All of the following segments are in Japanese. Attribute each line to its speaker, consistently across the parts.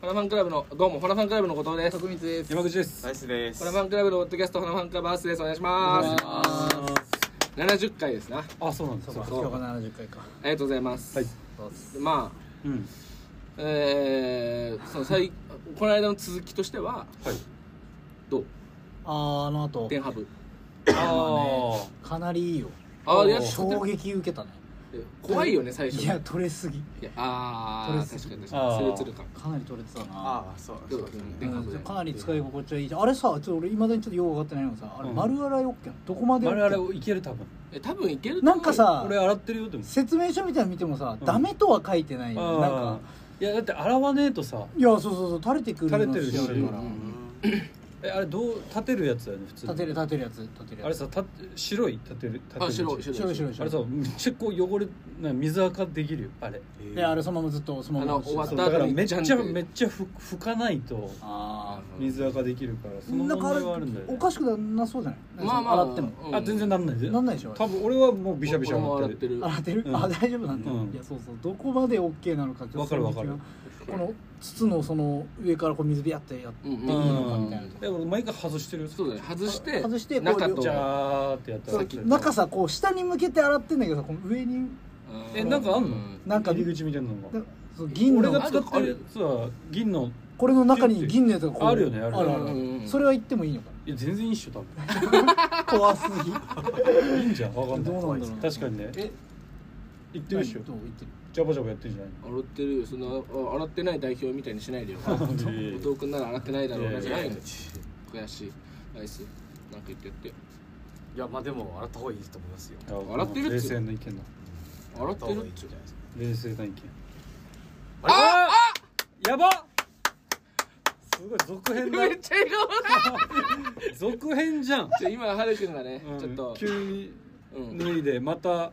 Speaker 1: 花ファンクラブのどうも花ファンクラブの後藤です。
Speaker 2: 徳光です。
Speaker 3: 山口です。
Speaker 4: ナイスです。
Speaker 1: 花ファンクラブのポッドキャスト花ファンクラブアースです。お願いします。七十回ですな。
Speaker 3: あ、そうなんです
Speaker 2: そうか、
Speaker 3: か。
Speaker 2: 今日が七十回か。
Speaker 1: ありがとうございます。
Speaker 3: はい。
Speaker 2: そうです。
Speaker 1: まあ
Speaker 3: うん。
Speaker 1: えー、その最この間の続きとしては
Speaker 3: はい。
Speaker 1: どう？
Speaker 2: あーあの後
Speaker 1: 電ハブ。
Speaker 3: あ
Speaker 2: かなりいいよ。
Speaker 1: ああ
Speaker 3: おー
Speaker 1: やっちゃって
Speaker 2: 衝
Speaker 1: る。
Speaker 2: 撃受けたね。
Speaker 1: 怖いよね最初。
Speaker 2: いや取れすぎ。
Speaker 1: いやああ
Speaker 2: 取れ
Speaker 1: 確
Speaker 2: す
Speaker 1: かに確
Speaker 3: あ
Speaker 1: か
Speaker 3: ー
Speaker 1: に。それ映るか。
Speaker 2: かなり取れてたな。
Speaker 4: ああ、そう。
Speaker 1: ど
Speaker 4: そううですね
Speaker 1: 電ハ
Speaker 2: う
Speaker 1: ブで
Speaker 2: ん、かなり使い心地はいいじゃんあれさちょっと俺いまだにちょっとよう分かってないのがさあれ
Speaker 3: うん
Speaker 2: 丸洗い OK なのどこま
Speaker 3: あ。
Speaker 2: で OK
Speaker 3: 我々いける多分。
Speaker 1: え多分いけると思う
Speaker 2: なんかさ
Speaker 3: 俺洗ってるよでも。
Speaker 2: 説明書みたいなの見てもさ、
Speaker 3: うん
Speaker 2: ダメとは書いてないよな
Speaker 3: あ
Speaker 2: んか
Speaker 3: あ。いやだって洗わねえとさ。
Speaker 2: いやそうそうそう垂れてくるの
Speaker 3: 垂れてるし
Speaker 2: あるから、
Speaker 1: うん
Speaker 3: えあれどう立てるやつだよね普通。
Speaker 2: 立てる。立てるやつ立てる
Speaker 3: あ
Speaker 2: や
Speaker 3: れ
Speaker 2: つ
Speaker 3: さ立て白い立てる立てる。
Speaker 1: あ白い
Speaker 3: い。
Speaker 1: 白い
Speaker 2: 白い白い
Speaker 3: あれさ
Speaker 2: 白い
Speaker 3: めっちゃこう汚れな水垢できるよあれ。
Speaker 2: であれそのままずっとそのまま
Speaker 1: あの終わっ
Speaker 3: そ
Speaker 1: た
Speaker 3: うだからめっ
Speaker 1: ジャン
Speaker 3: ちゃ
Speaker 1: プ
Speaker 3: めっちゃふ拭かないと
Speaker 2: あー
Speaker 3: 水垢できるからその
Speaker 2: なん
Speaker 3: 問
Speaker 2: かあ
Speaker 3: 題
Speaker 2: れ
Speaker 3: はあるんだよね
Speaker 2: お。かしくなそうじゃない
Speaker 1: まあまあ
Speaker 2: 洗っても
Speaker 1: うん
Speaker 3: あ全然なんないで。
Speaker 2: なんないでしょ
Speaker 3: 多分俺はもうビシャビシャ
Speaker 1: 俺も
Speaker 3: な
Speaker 1: 洗って。る。
Speaker 2: 洗ってる、
Speaker 3: うん
Speaker 2: あ大丈夫なんだ、
Speaker 3: うん
Speaker 2: いやそうそうどこまで OK なのかちょっと
Speaker 3: わかるわかる
Speaker 2: 衝撃はこの筒のその上からこう水ビャってやっていいのかみたいな、
Speaker 3: で俺毎回外してるよ。
Speaker 1: そうだね外して
Speaker 2: 外してこう
Speaker 1: 中
Speaker 2: 両
Speaker 1: と
Speaker 3: じゃーってやった
Speaker 2: そう中さこう下に向けて洗ってんだけどさこの上に
Speaker 1: うん
Speaker 3: えなんかあんの
Speaker 2: なんか
Speaker 3: 入り口みたいなのが
Speaker 2: なそう銀
Speaker 3: 俺
Speaker 2: の
Speaker 3: が使ってるやつは銀の
Speaker 2: これの中に銀のやつがこう
Speaker 3: あるよねある
Speaker 2: あるあ
Speaker 1: うんうんうん
Speaker 2: るそれは言ってもいいのか
Speaker 3: いや全然一緒多分
Speaker 2: な怖すぎ
Speaker 3: いいんじゃんわかんない
Speaker 2: どうなんだろう
Speaker 3: 確かにね
Speaker 1: え
Speaker 3: 言ってるでしょ
Speaker 2: どう言ってる
Speaker 3: ジャバジャバやってるじゃない
Speaker 1: 洗ってるよそんなあ洗ってない代表みたいにしないでよ後
Speaker 3: いやいやいや
Speaker 1: 藤君なら洗ってないだろうなじゃないの
Speaker 3: いや
Speaker 1: 悔しいナイスなんか言ってやって
Speaker 4: いや、まあでも、洗った方がいいと思いますよ。
Speaker 1: 洗ってるっつ
Speaker 3: 冷静な意見だ
Speaker 1: 洗ってる
Speaker 4: 方が
Speaker 1: っ
Speaker 4: いいん
Speaker 1: ち
Speaker 4: じ
Speaker 1: ゅう
Speaker 4: ゃないですか。
Speaker 3: 冷静な意見
Speaker 4: あれ
Speaker 3: ああやばっすごい続編だ
Speaker 1: めっちゃ色々
Speaker 3: 続編じゃん
Speaker 1: ちょ今はるくんがね
Speaker 3: うん
Speaker 1: ちょっと
Speaker 3: 急
Speaker 1: う
Speaker 3: に
Speaker 1: ん
Speaker 3: 脱いでまた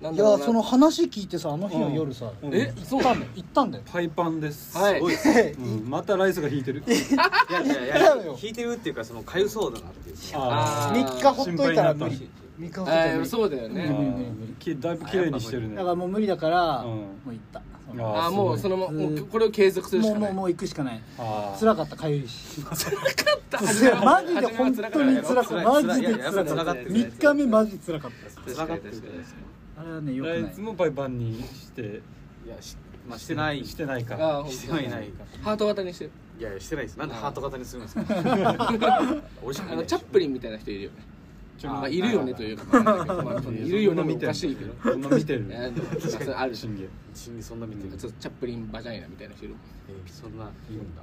Speaker 1: なん
Speaker 2: い
Speaker 1: だろう
Speaker 2: や
Speaker 1: な
Speaker 2: その話聞いてさあの日の夜さ、
Speaker 3: うん
Speaker 1: えそうなの
Speaker 2: 行ったんだよ
Speaker 3: パイパンです
Speaker 1: はい
Speaker 4: ごい
Speaker 3: うんまたライスが引いてる
Speaker 4: いやいやい
Speaker 2: 嫌
Speaker 4: や
Speaker 2: だ、よ
Speaker 4: 引いてるっていうか、その、かゆそうだなっていう。
Speaker 1: あ
Speaker 2: 3
Speaker 1: ー
Speaker 2: 日ほっといたら無
Speaker 3: 心
Speaker 2: 理3日ほっといたら
Speaker 1: え
Speaker 2: 無
Speaker 1: ー
Speaker 2: 理
Speaker 1: そうだよ
Speaker 3: あ
Speaker 1: ね
Speaker 3: ーきだいぶ綺麗にしてるね
Speaker 2: だからもう無理だから、
Speaker 3: うん
Speaker 2: もう行った
Speaker 3: あ
Speaker 1: あーもう
Speaker 3: す
Speaker 1: そ
Speaker 3: ご
Speaker 1: の
Speaker 3: い
Speaker 1: まもうこれを継続するし
Speaker 2: も
Speaker 1: か
Speaker 2: うも
Speaker 1: な
Speaker 2: う
Speaker 1: い
Speaker 2: もう行くしかない
Speaker 3: あー
Speaker 2: 辛かったかゆい し
Speaker 1: 初めは
Speaker 2: マジで
Speaker 1: 初めは
Speaker 2: 本
Speaker 1: 辛
Speaker 2: 当
Speaker 1: かった
Speaker 2: に辛か
Speaker 4: 辛
Speaker 2: っ
Speaker 4: い
Speaker 2: たマジで
Speaker 4: 辛いやっぱ
Speaker 2: 辛かっ
Speaker 4: 辛
Speaker 2: た
Speaker 4: かったよね
Speaker 2: 3日目マジ辛かった
Speaker 4: つながってるじゃないですか。
Speaker 2: あれはねよく
Speaker 3: ラ
Speaker 2: ない
Speaker 3: イスもパイパンにして
Speaker 4: いや、しまあ、してない。
Speaker 3: し
Speaker 4: して
Speaker 3: ないか
Speaker 1: あー
Speaker 4: てはいない。
Speaker 1: ハート型にしてる
Speaker 4: いやいや、してないです。なんでハート型にするん ですか。美味しく
Speaker 1: あ
Speaker 4: な
Speaker 1: の
Speaker 4: い。
Speaker 1: チャップリンみたいな人いるよね
Speaker 3: ちょ
Speaker 1: ま
Speaker 3: ま
Speaker 1: あ
Speaker 3: あ
Speaker 1: いるよねというかまあまあいるよねもおかしいけど
Speaker 3: そんな見てる
Speaker 1: いやでもまあそれあるし
Speaker 3: 信玄
Speaker 4: 死にそんな見てる。
Speaker 1: ちょっとチャップリンバジャイナみたいな人いるもん
Speaker 4: えーそんな、いるんだ。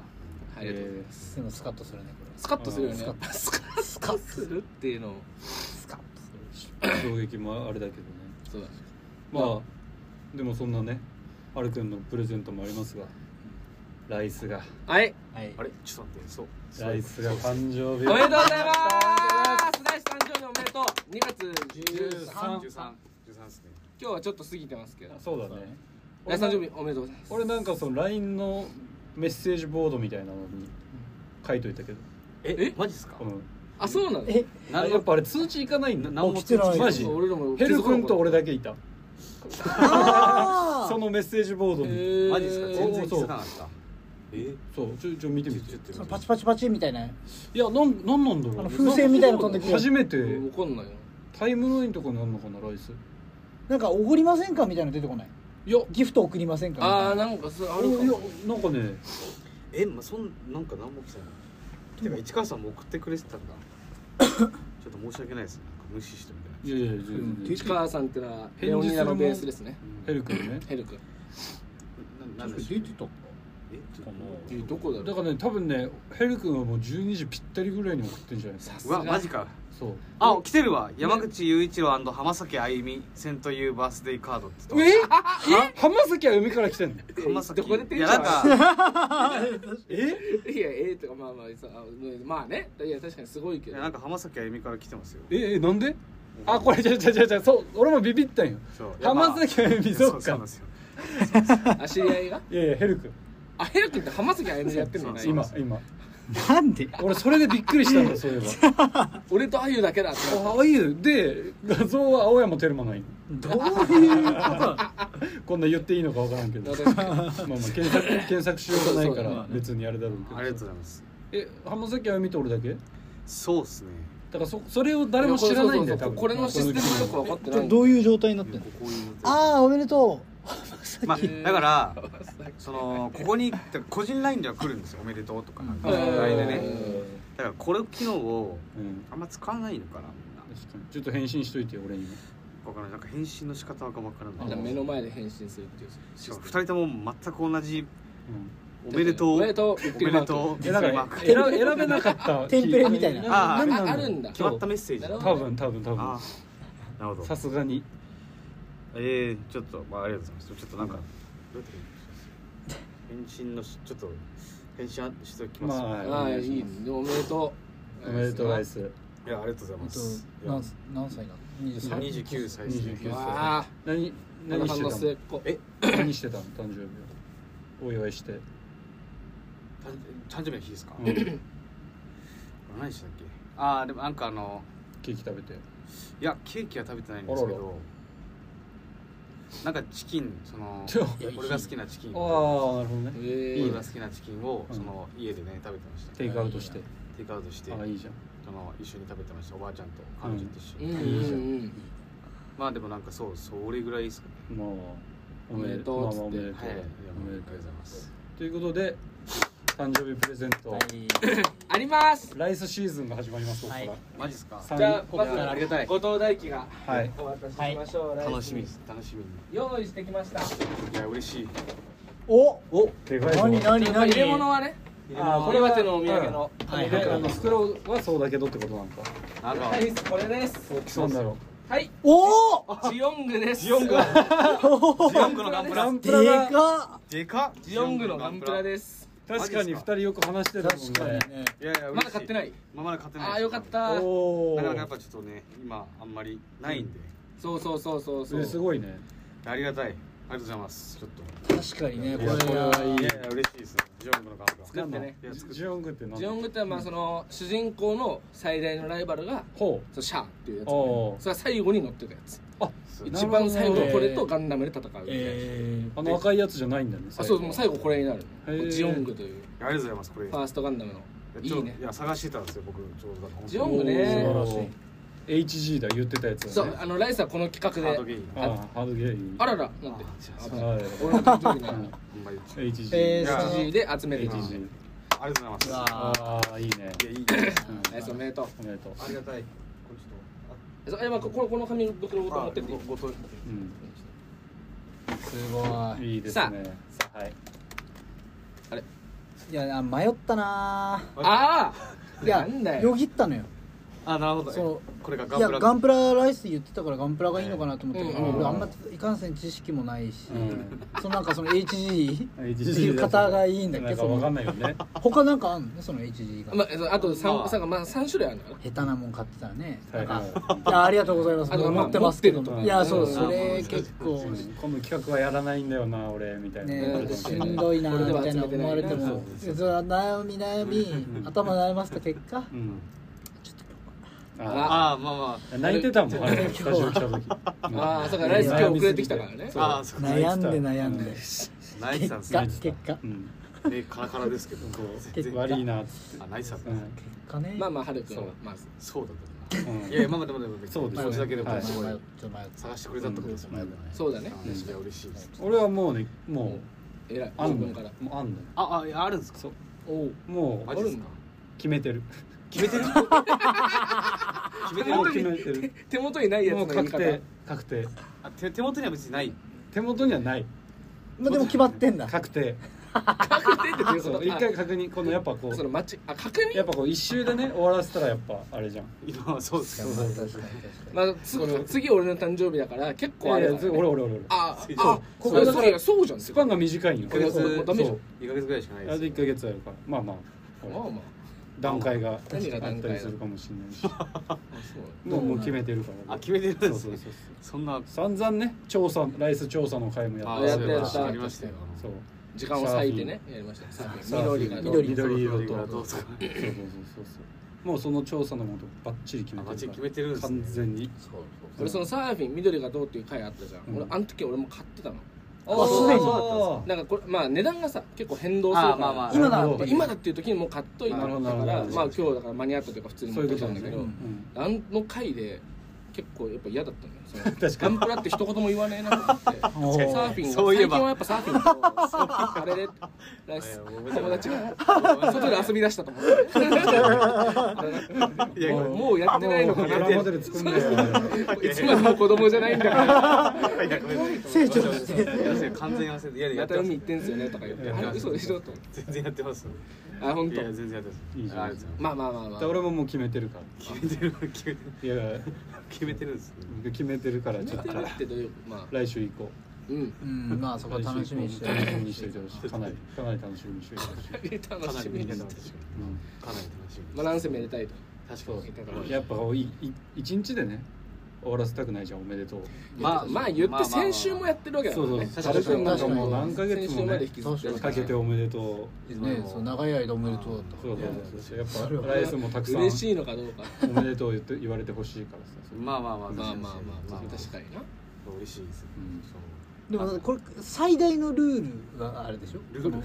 Speaker 1: ありがとうございます
Speaker 3: え
Speaker 2: でもスカッとするねこれ
Speaker 1: スカッとするよね
Speaker 2: うん
Speaker 1: スカッスカッするっていうのを
Speaker 2: スカッとするし
Speaker 3: ー衝撃もあれだけどね
Speaker 1: そうだね
Speaker 3: まあでもそんなねアルくんのプレゼントもありますがライスが
Speaker 1: はい
Speaker 2: はい
Speaker 4: あれ、ちょっと待って、そう。
Speaker 3: ライスが誕生日
Speaker 1: おめでとうございますナイス誕生日おめでとう2月13今
Speaker 4: 十三。十三ですね。
Speaker 1: 日はちょっと過ぎてますけど
Speaker 3: あそうだね
Speaker 1: ナイス誕生日おめでとうございます
Speaker 3: 俺なんかその LINE のメッセージボードみたいなのに書いといたけど
Speaker 4: え、マジですか
Speaker 3: う。ん
Speaker 1: あそうなの
Speaker 2: え
Speaker 3: あやっぱあれ通知いかないんだ
Speaker 4: 何も
Speaker 2: 起きてない
Speaker 3: マジ
Speaker 1: 俺らも
Speaker 3: ヘル君と俺
Speaker 1: だ
Speaker 3: だけいた
Speaker 2: あ
Speaker 3: そ
Speaker 2: そ
Speaker 3: のメッセージボードに
Speaker 4: マジですか。全
Speaker 3: お
Speaker 4: 然
Speaker 3: ー
Speaker 4: 気
Speaker 3: そう
Speaker 4: づかなかった。え
Speaker 3: そうちょちょ見てみて
Speaker 4: ちょっと
Speaker 2: そのパチパチパチみたいない
Speaker 3: やなんなんなんだ
Speaker 2: あ
Speaker 3: ろ
Speaker 2: の
Speaker 3: う
Speaker 2: 風船みたいなの飛んでくるやつ
Speaker 3: 初めて
Speaker 1: 分かんないよ
Speaker 3: タイムラインとかにあんのかなライス
Speaker 2: なんかおごりませんかみたいなの出てこない
Speaker 3: いや
Speaker 2: ギフト送りませんかみたい
Speaker 1: あ
Speaker 2: な
Speaker 1: ーなんかそうあ
Speaker 3: い
Speaker 1: るか
Speaker 3: や
Speaker 1: も
Speaker 3: なんかね
Speaker 4: えまあ、そんなんか何も来てないてか市川さんも送ってくれてたんだちょっと申し訳ないですなんか無視してみたいない
Speaker 3: やいや全
Speaker 2: うん
Speaker 3: 然
Speaker 1: 市川さんってのはレ
Speaker 3: 返事するも
Speaker 1: オニ
Speaker 3: ん
Speaker 1: ーナのベースですね
Speaker 3: ヘル君ね
Speaker 1: ヘル君
Speaker 4: ななんでしょう
Speaker 2: 出てた
Speaker 4: えちょっとも
Speaker 1: えどこだ
Speaker 3: だ
Speaker 1: ろ
Speaker 3: か
Speaker 1: う
Speaker 3: らね多分ねヘル君はもう12時ぴったりぐらいに送ってんじゃないですか
Speaker 1: さす
Speaker 4: ううわ
Speaker 1: が
Speaker 4: マジか
Speaker 3: そう
Speaker 4: あ来てるわ山口雄一郎浜崎あゆみ戦というバースデーカードって言って
Speaker 3: え浜崎あゆみから来てんの
Speaker 4: ます浜崎
Speaker 1: どこで手
Speaker 4: いやなんか
Speaker 3: え
Speaker 1: いやええとかまあまあさあまあねいや確かにすごい
Speaker 4: い
Speaker 1: けど
Speaker 4: やなんか浜崎あゆみから来てますよ
Speaker 3: ええなんであこれじゃじゃじゃじゃそう俺もビビったんよ
Speaker 4: そう
Speaker 3: 浜崎あゆみ
Speaker 4: いや
Speaker 3: そっ
Speaker 4: そう
Speaker 3: か
Speaker 4: なんですよ
Speaker 1: あ知り合いが
Speaker 3: いやいやヘル君
Speaker 1: あヘル君って浜崎あゆみでやってるの
Speaker 4: そう
Speaker 1: ね
Speaker 4: そう
Speaker 3: 今今
Speaker 5: なんで
Speaker 3: 俺それでびっくりしたんだそういえば
Speaker 1: 俺とあゆだけだってなった
Speaker 3: ああいうで画像は青山テルマない
Speaker 2: どういうことな
Speaker 3: こんな言っていいのかわからんけどま
Speaker 1: 私
Speaker 3: あまあ検索検索しようがないか
Speaker 1: そうそう
Speaker 3: ら別にあれだろうけど
Speaker 4: ありがとうございます
Speaker 3: え浜崎あゆみと俺だけだ
Speaker 4: そうっすね
Speaker 3: からそそれを誰も知らないんだ
Speaker 1: そうそうそ
Speaker 3: よ
Speaker 1: う
Speaker 3: 多分
Speaker 1: これのシステムとか分かってない
Speaker 5: どどういう状態になってんの
Speaker 4: こういう
Speaker 5: ああおめでと
Speaker 4: まあだからそのここに個人ラインでは来るんですよおめでとうとかなんか
Speaker 1: うん
Speaker 4: LINE で
Speaker 3: う
Speaker 4: ね
Speaker 3: ん
Speaker 4: だからこれ機能を
Speaker 3: うん
Speaker 4: あんま使わないのかなみんな
Speaker 3: 確かにちょっと返信しといてよ俺にも
Speaker 4: わからないなんか返信の仕方がわから
Speaker 1: じゃあ
Speaker 4: な
Speaker 1: 目
Speaker 4: い
Speaker 1: の前で返信するっていう
Speaker 4: しかも2人とも全く同じおめでとう
Speaker 1: おめでとうびっ
Speaker 4: お
Speaker 1: く
Speaker 4: め
Speaker 1: り
Speaker 4: で
Speaker 1: マーク
Speaker 4: とう
Speaker 3: えだから
Speaker 4: びっくりマーク
Speaker 3: 選選べなかった
Speaker 5: テンプレみたいな
Speaker 4: あ
Speaker 1: あ
Speaker 4: ー
Speaker 1: れ
Speaker 4: 何
Speaker 1: あるんだ
Speaker 4: 決まったメッセージ
Speaker 1: なるほど
Speaker 3: 多分多分多分
Speaker 4: ああなるほど
Speaker 3: さすがに
Speaker 4: えー、ちょっとまあありがとうございますちょっとなんか、どうやって返信のしちょっと返信あしておきます、
Speaker 3: ま
Speaker 1: ああいい
Speaker 4: い
Speaker 1: おめでとう
Speaker 3: おめでとうアイス
Speaker 4: やありがとうござい
Speaker 5: え
Speaker 4: ま
Speaker 5: っと
Speaker 4: す、
Speaker 5: 何何歳なの
Speaker 4: い
Speaker 5: 二
Speaker 4: や
Speaker 5: 歳
Speaker 4: 29歳ですね
Speaker 3: 29
Speaker 1: わあ
Speaker 3: 何何
Speaker 1: 七半
Speaker 3: し
Speaker 1: の末
Speaker 3: て
Speaker 1: っ子
Speaker 4: え
Speaker 3: たの何してたの誕生日をお祝いして、
Speaker 4: 誕誕生日の日ですか、
Speaker 3: うんケ
Speaker 4: 何でしたっけああでもなんかあの
Speaker 3: ーキ食べて
Speaker 4: いやケーキは食べてないんですけ
Speaker 3: あら
Speaker 4: どなんかチキンその
Speaker 3: ちょ
Speaker 4: 俺が好きなチキン
Speaker 3: ああな
Speaker 4: 俺
Speaker 3: るほどね
Speaker 1: え
Speaker 3: い
Speaker 1: え
Speaker 3: いね
Speaker 4: が好きなチキンを
Speaker 3: うん
Speaker 4: その家でね食べてました
Speaker 3: テイクアウトして
Speaker 4: テイクアウトして
Speaker 3: ああいいじゃん
Speaker 4: その一緒に食べてましたおばあちゃんと彼女と一緒
Speaker 1: うん
Speaker 4: に、
Speaker 1: うんうん
Speaker 4: まあでもなんかそうそれぐらいですかね
Speaker 3: まあおめ
Speaker 1: おめ
Speaker 3: で
Speaker 1: で
Speaker 3: と
Speaker 1: と
Speaker 3: う
Speaker 1: う
Speaker 3: ま
Speaker 1: つ
Speaker 3: あま
Speaker 1: って
Speaker 3: あおめでとう
Speaker 4: はい、いや
Speaker 3: お
Speaker 4: もうあ
Speaker 3: めでと
Speaker 4: りがとうございます
Speaker 3: うということで誕生日プレゼント、
Speaker 1: あります
Speaker 3: ライスシーズンが始まりますここから
Speaker 5: はい
Speaker 4: マジですか
Speaker 3: 三
Speaker 1: じゃあ
Speaker 3: ここ
Speaker 1: ま
Speaker 3: から
Speaker 1: ず
Speaker 4: ありがたい
Speaker 1: 後藤大輝が
Speaker 3: はい
Speaker 1: お渡ししましょう
Speaker 4: 楽しみです楽しみに
Speaker 1: 用意してきました
Speaker 4: いや嬉しい
Speaker 5: お
Speaker 4: お
Speaker 3: でかいぞ
Speaker 5: 何何何
Speaker 1: 入れ物はね
Speaker 3: あー
Speaker 1: これは手のお土産の
Speaker 5: は
Speaker 3: だ
Speaker 5: い
Speaker 3: か
Speaker 5: は
Speaker 3: らあ
Speaker 5: い
Speaker 3: の袋はそうだけどってことなんか
Speaker 4: なんか
Speaker 1: はいこれです
Speaker 3: そうだろ
Speaker 1: はい
Speaker 5: おお
Speaker 1: ジオングです
Speaker 4: ジオングジオングのガンプ
Speaker 3: う
Speaker 4: ラ
Speaker 5: でか
Speaker 4: でかっ
Speaker 1: ジオングのガンプラです
Speaker 3: 確かに二人よく話して
Speaker 5: っ
Speaker 3: たもん
Speaker 5: 確かに
Speaker 3: ね
Speaker 5: ね
Speaker 4: いやいや
Speaker 1: まだ買って
Speaker 4: い
Speaker 1: ない
Speaker 4: まあまだ買ってない
Speaker 1: ああよかった
Speaker 3: おお
Speaker 4: なかなかやっぱちょっとね今あんまりないんで、
Speaker 1: そうそうそうそうそう
Speaker 3: すごいね
Speaker 4: ありがたいありがとうございますちょっと
Speaker 5: 確かにねこれ
Speaker 3: いやこれはい
Speaker 5: はい
Speaker 4: いやいや嬉しいですねジオングのガンプ
Speaker 1: 作ってね
Speaker 4: いや作って
Speaker 3: ジオングって何
Speaker 1: ジオングってまあその主人公の最大のライバルが
Speaker 3: ほ
Speaker 1: そうシャーっていうやつ
Speaker 3: うお
Speaker 1: それは最後に乗ってたやつ
Speaker 4: ラ
Speaker 1: 一番最後
Speaker 5: なるほど
Speaker 1: これとガンダムで戦うみたいな、
Speaker 5: えー
Speaker 3: あの赤いやつじゃないんだね
Speaker 1: あそうもう最後これにな
Speaker 3: へー
Speaker 1: るジオングという
Speaker 4: ありがとうございますこれ
Speaker 1: ファーストガンダムの
Speaker 4: ちょ
Speaker 1: いいね
Speaker 4: いや探してたんですよ僕ちょうどだから
Speaker 1: ジオングね
Speaker 3: おー素晴らしい HG だ言ってたやつ
Speaker 1: そ
Speaker 3: だ
Speaker 1: う
Speaker 3: ね
Speaker 1: あのライスはこの企
Speaker 4: ハー
Speaker 1: 画
Speaker 4: ド
Speaker 1: で
Speaker 4: ゲイン
Speaker 3: あーハードゲーム
Speaker 1: あららなんで
Speaker 4: あじゃあ
Speaker 1: 危ない
Speaker 3: はい
Speaker 1: 俺の誕生日なのに
Speaker 4: ほんまに
Speaker 3: HG
Speaker 5: え
Speaker 4: ー
Speaker 1: 7時で集める
Speaker 3: HG
Speaker 4: ありがとうございます
Speaker 5: あ
Speaker 3: ああいいね
Speaker 4: いやいいです
Speaker 3: うん
Speaker 1: ナイスおめでとう
Speaker 3: おめでとう
Speaker 4: ありがたいこれ
Speaker 1: そうえまあこここの紙袋ごと持ってっていい
Speaker 4: ごと
Speaker 3: うん
Speaker 5: すごい
Speaker 3: いいです
Speaker 1: さ
Speaker 3: ねさあはい
Speaker 5: いや迷ったな
Speaker 1: ああ
Speaker 5: ーいや
Speaker 1: なんだよ
Speaker 5: よぎったのよ
Speaker 4: あなるほど
Speaker 5: そう
Speaker 4: これが
Speaker 5: い
Speaker 4: ガン
Speaker 5: や
Speaker 4: プラ
Speaker 5: ガンプラライス言ってたからガンプラがいいのかなと思ったけど、
Speaker 1: うんうん
Speaker 5: 俺あんまいかんせん知識もないし、
Speaker 3: うん
Speaker 5: そのなんかその HG って
Speaker 3: HG
Speaker 5: いう方がいいんだっ
Speaker 3: な
Speaker 5: け
Speaker 3: んか
Speaker 5: そ
Speaker 3: わかん
Speaker 5: の
Speaker 3: ないよね
Speaker 5: 他なんかあんのその HG が、
Speaker 1: まあえそうあと
Speaker 4: まあ
Speaker 1: 3まあ三種類あるのかな
Speaker 5: 下手なもん買ってたらね、
Speaker 3: はい
Speaker 5: なんか
Speaker 3: はい
Speaker 5: いやありがとうございます
Speaker 1: あと
Speaker 5: 思ってますけど、
Speaker 1: まあ
Speaker 3: 持ってると
Speaker 5: いやそう
Speaker 1: うん
Speaker 5: それ結構
Speaker 3: うん今度企画はやらないんだよな俺みたいな
Speaker 5: ね
Speaker 1: うん
Speaker 5: しんどいなみたいな思われて
Speaker 1: これで
Speaker 5: も
Speaker 1: は
Speaker 5: それは悩み悩み頭悩ませた結果
Speaker 3: うんあ
Speaker 1: あ
Speaker 4: ああまあま
Speaker 3: ー泣いてたもんあれスタジオ来た時
Speaker 1: ああそうかライス今日遅れてきたからね
Speaker 4: あああそうか
Speaker 5: 悩んで悩んで
Speaker 4: 泣いてたんです
Speaker 5: が
Speaker 4: ね
Speaker 5: 結果
Speaker 3: うん
Speaker 4: 目カラカラですけど
Speaker 5: 結果
Speaker 3: 悪いなっつって
Speaker 4: あ泣いてたんだ
Speaker 3: うん
Speaker 5: 結果ね
Speaker 1: まあまあはるくんはまず
Speaker 4: そうだった
Speaker 3: うん
Speaker 4: ないやいやまあまあでもでも
Speaker 3: そうですね
Speaker 4: 気持ちだけで
Speaker 3: は
Speaker 4: も
Speaker 3: い
Speaker 4: すご
Speaker 5: 迷っ
Speaker 4: い
Speaker 5: ちゃう迷っちゃ
Speaker 4: 探してくれたってことですよね
Speaker 5: うん
Speaker 1: そうだね
Speaker 4: あいや嬉しいです
Speaker 3: 俺はもうねもう
Speaker 1: 偉い
Speaker 3: あ
Speaker 1: オ
Speaker 3: ん
Speaker 1: ープ
Speaker 3: の
Speaker 1: ンか
Speaker 3: よ
Speaker 1: ら
Speaker 3: もうあんのよ
Speaker 4: ああいやあるんですか
Speaker 3: そう
Speaker 1: おう
Speaker 3: も
Speaker 4: マ
Speaker 3: う
Speaker 4: ジですか
Speaker 3: 決めてる
Speaker 4: 決めてる決めて
Speaker 1: 本
Speaker 3: もう
Speaker 1: 当
Speaker 4: る
Speaker 1: に
Speaker 3: 決めてる
Speaker 1: 手元にないやつ
Speaker 3: も
Speaker 1: の
Speaker 3: う
Speaker 1: 言い方
Speaker 3: 確定確定
Speaker 4: あ手手元には別にない
Speaker 3: 手元にはないう
Speaker 5: まあでも決まってんだ
Speaker 3: 確定
Speaker 1: 確定ってどういうこ
Speaker 3: そ
Speaker 1: と
Speaker 3: う一回確認このやっぱこ
Speaker 1: あそうの待ちあ確認
Speaker 3: やっぱこう一周でね終わらせたらやっぱあれじゃん
Speaker 4: 今はそうですか
Speaker 5: まあ確かに確か
Speaker 1: まあ、つ次俺の誕生日だから結
Speaker 3: い
Speaker 1: 構あれだ
Speaker 3: やい
Speaker 1: ね、
Speaker 3: やつ俺俺俺俺
Speaker 1: あ
Speaker 4: そう
Speaker 1: あ
Speaker 3: こ
Speaker 1: こ
Speaker 3: こ
Speaker 1: こ
Speaker 3: だから
Speaker 1: そうそうじゃん
Speaker 3: スパンが短いんよ
Speaker 4: 一ヶ月
Speaker 1: もうダメじゃん
Speaker 4: 2ヶ月ぐらいしかない
Speaker 3: あれで1
Speaker 4: です
Speaker 3: ヶ月あるからまあまあほら
Speaker 1: まあま
Speaker 3: 段階があっ
Speaker 1: 何が段階だ
Speaker 3: たりするかもし れないし
Speaker 1: ああそう
Speaker 3: もうもう決めてるから
Speaker 4: あ決めてるんです
Speaker 3: そうそう
Speaker 4: ね
Speaker 3: そう
Speaker 4: そんな
Speaker 3: そう散々ね調査ライス調査の会もや
Speaker 4: あ
Speaker 3: っ
Speaker 4: あ
Speaker 3: た
Speaker 1: や
Speaker 3: し
Speaker 1: ったやった
Speaker 4: ありましたよ
Speaker 3: そう
Speaker 1: 時間を割いてねやりましたサーフィン緑がどう
Speaker 2: 緑
Speaker 3: 色と
Speaker 4: どう
Speaker 3: そう
Speaker 4: ぞ
Speaker 3: そうそうそうもうその調査のことバッチリ決めて
Speaker 4: あバッチ
Speaker 3: る
Speaker 4: リ決めてるんですね
Speaker 3: 完全に
Speaker 1: 俺そのサーフィン緑がどうっていう回あったじゃん、
Speaker 3: うん
Speaker 1: 俺あの時俺も買ってたの
Speaker 3: あ
Speaker 2: すでに
Speaker 3: そうだったんで
Speaker 1: なんかこれまあ値段がさ結構変動するから
Speaker 6: あまあまあ
Speaker 2: 今
Speaker 3: な
Speaker 2: だ
Speaker 3: るほ
Speaker 2: っ
Speaker 3: ど
Speaker 2: て
Speaker 1: 今だっていう時にもう買っといた
Speaker 3: なるほ
Speaker 1: のだか
Speaker 3: どなる
Speaker 1: ら
Speaker 3: ほど
Speaker 1: まあ今日だから間に合ったというか普通に
Speaker 3: そ
Speaker 1: 持
Speaker 3: うい
Speaker 1: っ
Speaker 3: う
Speaker 1: て
Speaker 3: こ
Speaker 1: き
Speaker 3: と
Speaker 1: た
Speaker 3: な
Speaker 1: だけ
Speaker 3: んんだけ
Speaker 1: ど、
Speaker 3: ど、う
Speaker 1: あ
Speaker 3: ん
Speaker 1: の回で結構やっぱ嫌だったのよその
Speaker 3: 確
Speaker 1: ガ
Speaker 3: かに
Speaker 1: ンプラって一言も言わねえな と思って
Speaker 2: おー
Speaker 1: サーフィンが
Speaker 4: そういえ
Speaker 1: 最
Speaker 4: ば
Speaker 1: 近はやっぱサーフィンとそうあれでライス友達が外で遊び出したと 思って
Speaker 4: いや
Speaker 1: もうもうやってないのかなっ
Speaker 3: ドラマで作んないよ
Speaker 1: ていつまでも子供じゃないんだから
Speaker 2: 成長して
Speaker 4: 完全に忘れていやいや
Speaker 1: ま
Speaker 4: やったてます
Speaker 1: 海行ってんすよねとか言ってあれ嘘でしょと思って
Speaker 4: 全然やってます
Speaker 1: あ本
Speaker 4: い
Speaker 1: 当
Speaker 4: や全然やってます
Speaker 3: いいじゃん
Speaker 4: あありがとうございま
Speaker 1: まあまあまあまあ
Speaker 3: で俺ももう決めてるか
Speaker 4: す決めてる決めてる
Speaker 3: らいや
Speaker 4: 決めてるんですね
Speaker 3: 決めてるからち
Speaker 1: 決
Speaker 3: ょ
Speaker 1: め
Speaker 3: ってと
Speaker 1: るってどういうまあ
Speaker 3: 来週行こ
Speaker 1: うん
Speaker 2: うんまあ
Speaker 3: う
Speaker 2: そこは楽しみにして
Speaker 3: 来週以降も楽しみにしておいてほしいかなりかなり楽しみにしておいてほしい、
Speaker 4: かな
Speaker 1: 楽し
Speaker 4: り
Speaker 1: み
Speaker 4: み
Speaker 1: に
Speaker 4: んな
Speaker 1: して
Speaker 4: 楽し
Speaker 3: うん
Speaker 4: みかなり楽しみ
Speaker 1: まあなんせめでたいと
Speaker 4: 確かに
Speaker 3: やっぱおいい一日でね終わらせたくないじゃんおめでとう
Speaker 1: まあまあ言って先週もやってるわけだからね
Speaker 3: そう
Speaker 2: そうそう
Speaker 1: 先週も
Speaker 2: 確かに
Speaker 3: 何ヶ月もね
Speaker 1: 先週まで引きずってる
Speaker 2: 確
Speaker 1: ら
Speaker 3: かけておめでとう
Speaker 2: ねそう長い間おめでとうだった
Speaker 3: そうそうそうやっぱ
Speaker 1: ラ
Speaker 3: ラ
Speaker 1: イ
Speaker 3: イ
Speaker 1: ス
Speaker 3: ス
Speaker 1: も
Speaker 3: も
Speaker 1: た
Speaker 3: た
Speaker 1: く
Speaker 3: く
Speaker 1: さ
Speaker 3: さ
Speaker 1: ん
Speaker 3: ん
Speaker 1: 嬉しいのかどうか
Speaker 3: おめでとう言って言われてほしいからさ
Speaker 4: まあまあま
Speaker 1: ま
Speaker 4: あ
Speaker 1: あまあまあまあ確か
Speaker 4: に
Speaker 1: にな
Speaker 4: 嬉しいです
Speaker 3: うん
Speaker 2: でもだってこれ最大のルールがあれでしょ
Speaker 4: ルール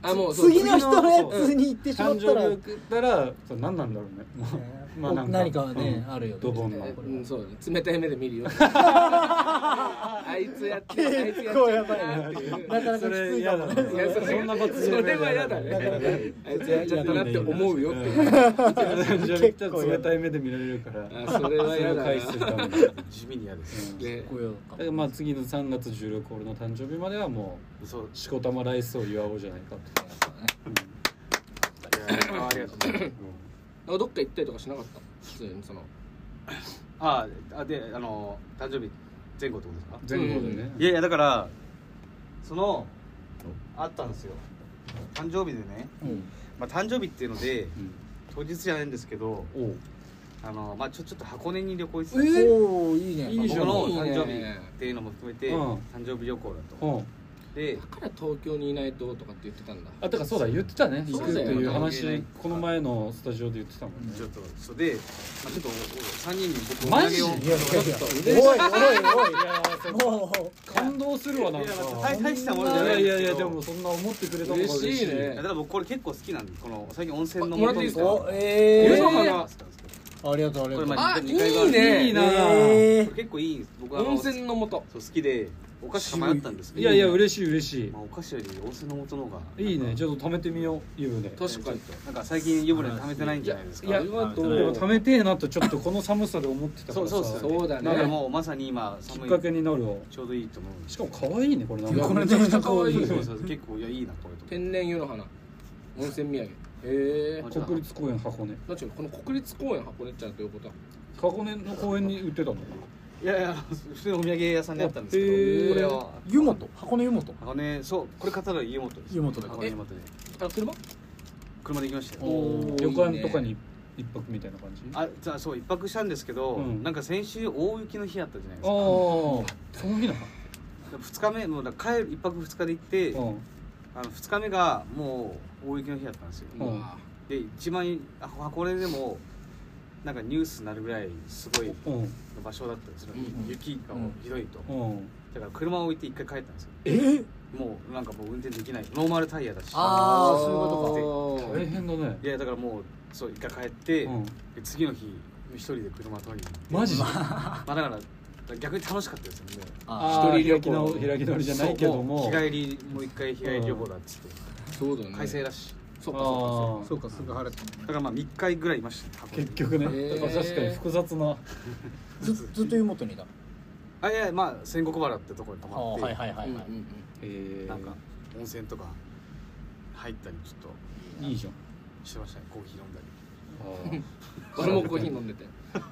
Speaker 1: あもうそう
Speaker 2: 次の人のやつに行ってしまっ
Speaker 3: 誕
Speaker 2: た
Speaker 3: 生
Speaker 2: ら
Speaker 3: 日送ったらそう何なんだろうねもうまあなん
Speaker 2: 何かはね
Speaker 3: うん
Speaker 2: あるよね
Speaker 3: ドボンの
Speaker 1: えうんそうだね冷たい目で見 るよあいつやってあいつやっ
Speaker 2: 結構
Speaker 1: ちゃ
Speaker 2: や
Speaker 1: っ
Speaker 2: ばい
Speaker 1: た
Speaker 2: な
Speaker 1: なって いう
Speaker 2: なかなかき
Speaker 3: そ
Speaker 2: つ
Speaker 3: れ
Speaker 2: いか
Speaker 3: 嫌だ
Speaker 2: もね
Speaker 3: ね
Speaker 1: いやそれ
Speaker 3: そんな罰
Speaker 1: そ
Speaker 3: ゲーム
Speaker 1: れは嫌だ
Speaker 3: 嫌
Speaker 1: ね
Speaker 3: だね
Speaker 1: あいつやっちゃったなって思うよっていう
Speaker 3: 誕生日来たら冷たい目で見られるから
Speaker 1: あそれは嫌だな
Speaker 3: それを回避するために
Speaker 4: 地味に嫌です
Speaker 1: ね
Speaker 2: こういうのか
Speaker 3: だからまあ次の3月16俺の誕生日まではも
Speaker 4: そう
Speaker 3: うしこたまライスを祝おうじゃないかと
Speaker 4: いやありがとうございます
Speaker 1: なんかどっか行ったりとかしなかった普通にその
Speaker 4: ああであの誕生日前後ってことですか
Speaker 3: 全部でね
Speaker 4: いやいやだからそのあったんですよ誕生日でね、まあ、誕生日っていうので
Speaker 3: うん
Speaker 4: 当日じゃないんですけど
Speaker 3: おう
Speaker 4: あの、まあ、ちょちょっと箱根に旅行行ってたんですよ、
Speaker 2: おおいいね
Speaker 3: いいじゃん
Speaker 4: まあ僕の
Speaker 1: いいね
Speaker 4: 誕生日っていうのも含めて、
Speaker 3: うん
Speaker 4: 誕生日旅行だと、
Speaker 3: おう
Speaker 4: で
Speaker 1: だから東京にいないととかって言ってたんだ
Speaker 3: あだからそうだ言ってたね
Speaker 1: そ
Speaker 3: 行
Speaker 1: う
Speaker 3: く
Speaker 1: だ
Speaker 3: っ
Speaker 1: よ
Speaker 3: ていう
Speaker 4: 関係ない
Speaker 3: 話この前のスタジオで言ってたもんね
Speaker 4: ちょっとそうで、まあ、ちょっと3人に僕お
Speaker 3: マ
Speaker 4: 土
Speaker 3: ジ
Speaker 4: 産を
Speaker 2: いや
Speaker 3: 嬉しい
Speaker 2: いやいやおいおい
Speaker 3: いやー
Speaker 2: おいもう
Speaker 3: そ感動するわなん
Speaker 4: い
Speaker 3: か
Speaker 4: や大大したものじゃ
Speaker 3: い
Speaker 4: な
Speaker 3: や
Speaker 4: いん
Speaker 3: い
Speaker 4: です
Speaker 3: やいや
Speaker 4: けど
Speaker 3: でもそんな思ってくれたのが
Speaker 1: 嬉
Speaker 3: 嬉
Speaker 1: し
Speaker 3: し
Speaker 1: い
Speaker 3: い
Speaker 4: いや
Speaker 1: ね
Speaker 4: だから僕これ結構好きなんでこの最近温泉の
Speaker 1: もらっていいですか
Speaker 4: こ
Speaker 2: おえ
Speaker 1: えー
Speaker 2: ー
Speaker 4: れ
Speaker 2: ありがとうありがとう
Speaker 4: こ
Speaker 1: あいい
Speaker 3: い
Speaker 1: ね
Speaker 3: いな
Speaker 2: えー
Speaker 4: 結構いい僕はあの
Speaker 1: 温泉の素
Speaker 4: そう好きでお菓子か迷ったんですけ
Speaker 3: い
Speaker 4: ど
Speaker 3: やいや嬉しい嬉し
Speaker 4: まあ、お菓子より温泉の素の方が
Speaker 3: いいいねちょっと貯めてみよう湯船で
Speaker 1: 確かに
Speaker 4: なんか最近湯船貯めてないんじゃないですか
Speaker 3: いや
Speaker 1: ありがとう
Speaker 3: も貯めてえなとちょっとこの寒さで思ってたか
Speaker 4: そう
Speaker 3: ら
Speaker 4: そ
Speaker 3: さ
Speaker 4: うそう
Speaker 1: そうだね
Speaker 4: だからもうまさに今
Speaker 3: きっ
Speaker 4: 寒い
Speaker 3: かけになるわ
Speaker 4: ちょうどいいと思うんで
Speaker 3: しかも可愛いねこれなん
Speaker 2: いや
Speaker 3: か
Speaker 2: これめちゃくちゃ可愛い
Speaker 4: そうそうそう結構いやいいなこれと
Speaker 1: 天然湯の花温泉土産ええ
Speaker 4: こ
Speaker 3: 国立公園箱根
Speaker 1: なんちゅうのこの国立公園箱根っちゃんということは
Speaker 3: 箱根の公園に売ってたの
Speaker 4: いやいや普通のお土産屋さんであったんです
Speaker 3: へ
Speaker 4: け
Speaker 3: ー
Speaker 4: どこれは
Speaker 2: 湯本箱根湯本
Speaker 4: 箱根そうこれ買ったら湯本です
Speaker 2: 湯本で
Speaker 4: 箱根湯本で
Speaker 1: あ車
Speaker 4: 車で行きましたよ
Speaker 2: おー
Speaker 3: 旅館とかに一泊みたいな感じあ
Speaker 4: あじゃあそう一泊したんですけど、
Speaker 3: うん
Speaker 4: なんか先週大雪の日あったじゃない
Speaker 3: あ
Speaker 4: ですか
Speaker 3: その日な
Speaker 4: 2日目もうだから帰る一泊二日で行って、
Speaker 3: の
Speaker 4: あの2日目がもう大雪の日だったんですよ、
Speaker 3: うん
Speaker 1: あ
Speaker 4: で一番あ箱根でもなんかニュースになるぐらいすごい
Speaker 3: うんうん
Speaker 4: 場所だったんですよ、
Speaker 1: うん
Speaker 4: 雪がもうひどいと、
Speaker 3: うん
Speaker 4: だから車を置いて一回帰ったんですよ
Speaker 2: えー
Speaker 4: もうなんかもう運転できないノーマルタイヤだし
Speaker 2: あーそういう
Speaker 1: こ
Speaker 3: 大変だね
Speaker 4: いやだからもうそう一回帰って、
Speaker 3: うん
Speaker 4: で次の日一人で車取りに行って
Speaker 3: マジで
Speaker 4: まあだから逆に楽しかったですよねもう
Speaker 2: あ
Speaker 3: 一
Speaker 1: 一人旅
Speaker 3: 人開き直
Speaker 1: 行
Speaker 3: 開き直りじゃないけど
Speaker 4: そ
Speaker 3: も
Speaker 4: うう日帰りもう一回日帰り旅行だっつって
Speaker 1: そうだよね
Speaker 4: 快晴だし
Speaker 1: そうかそ
Speaker 3: あ
Speaker 2: そ
Speaker 3: あ
Speaker 2: うかすぐ晴れた
Speaker 4: だからまあ3日ぐらいいましたね箱根に
Speaker 3: 結局ね
Speaker 1: へー
Speaker 3: だから確かに複雑な
Speaker 2: ずずっと湯本にいた
Speaker 4: あいやいやまあ仙石原ってとこに泊
Speaker 2: あ
Speaker 4: まって
Speaker 2: ーはいはいは
Speaker 1: うかう
Speaker 2: い
Speaker 1: んう
Speaker 2: はい
Speaker 1: ん
Speaker 3: え
Speaker 4: なんか温泉とか入ったりちょっ
Speaker 3: いいじゃん
Speaker 4: としてましたねコーヒー飲んだり
Speaker 1: うん俺もコーヒー飲んでて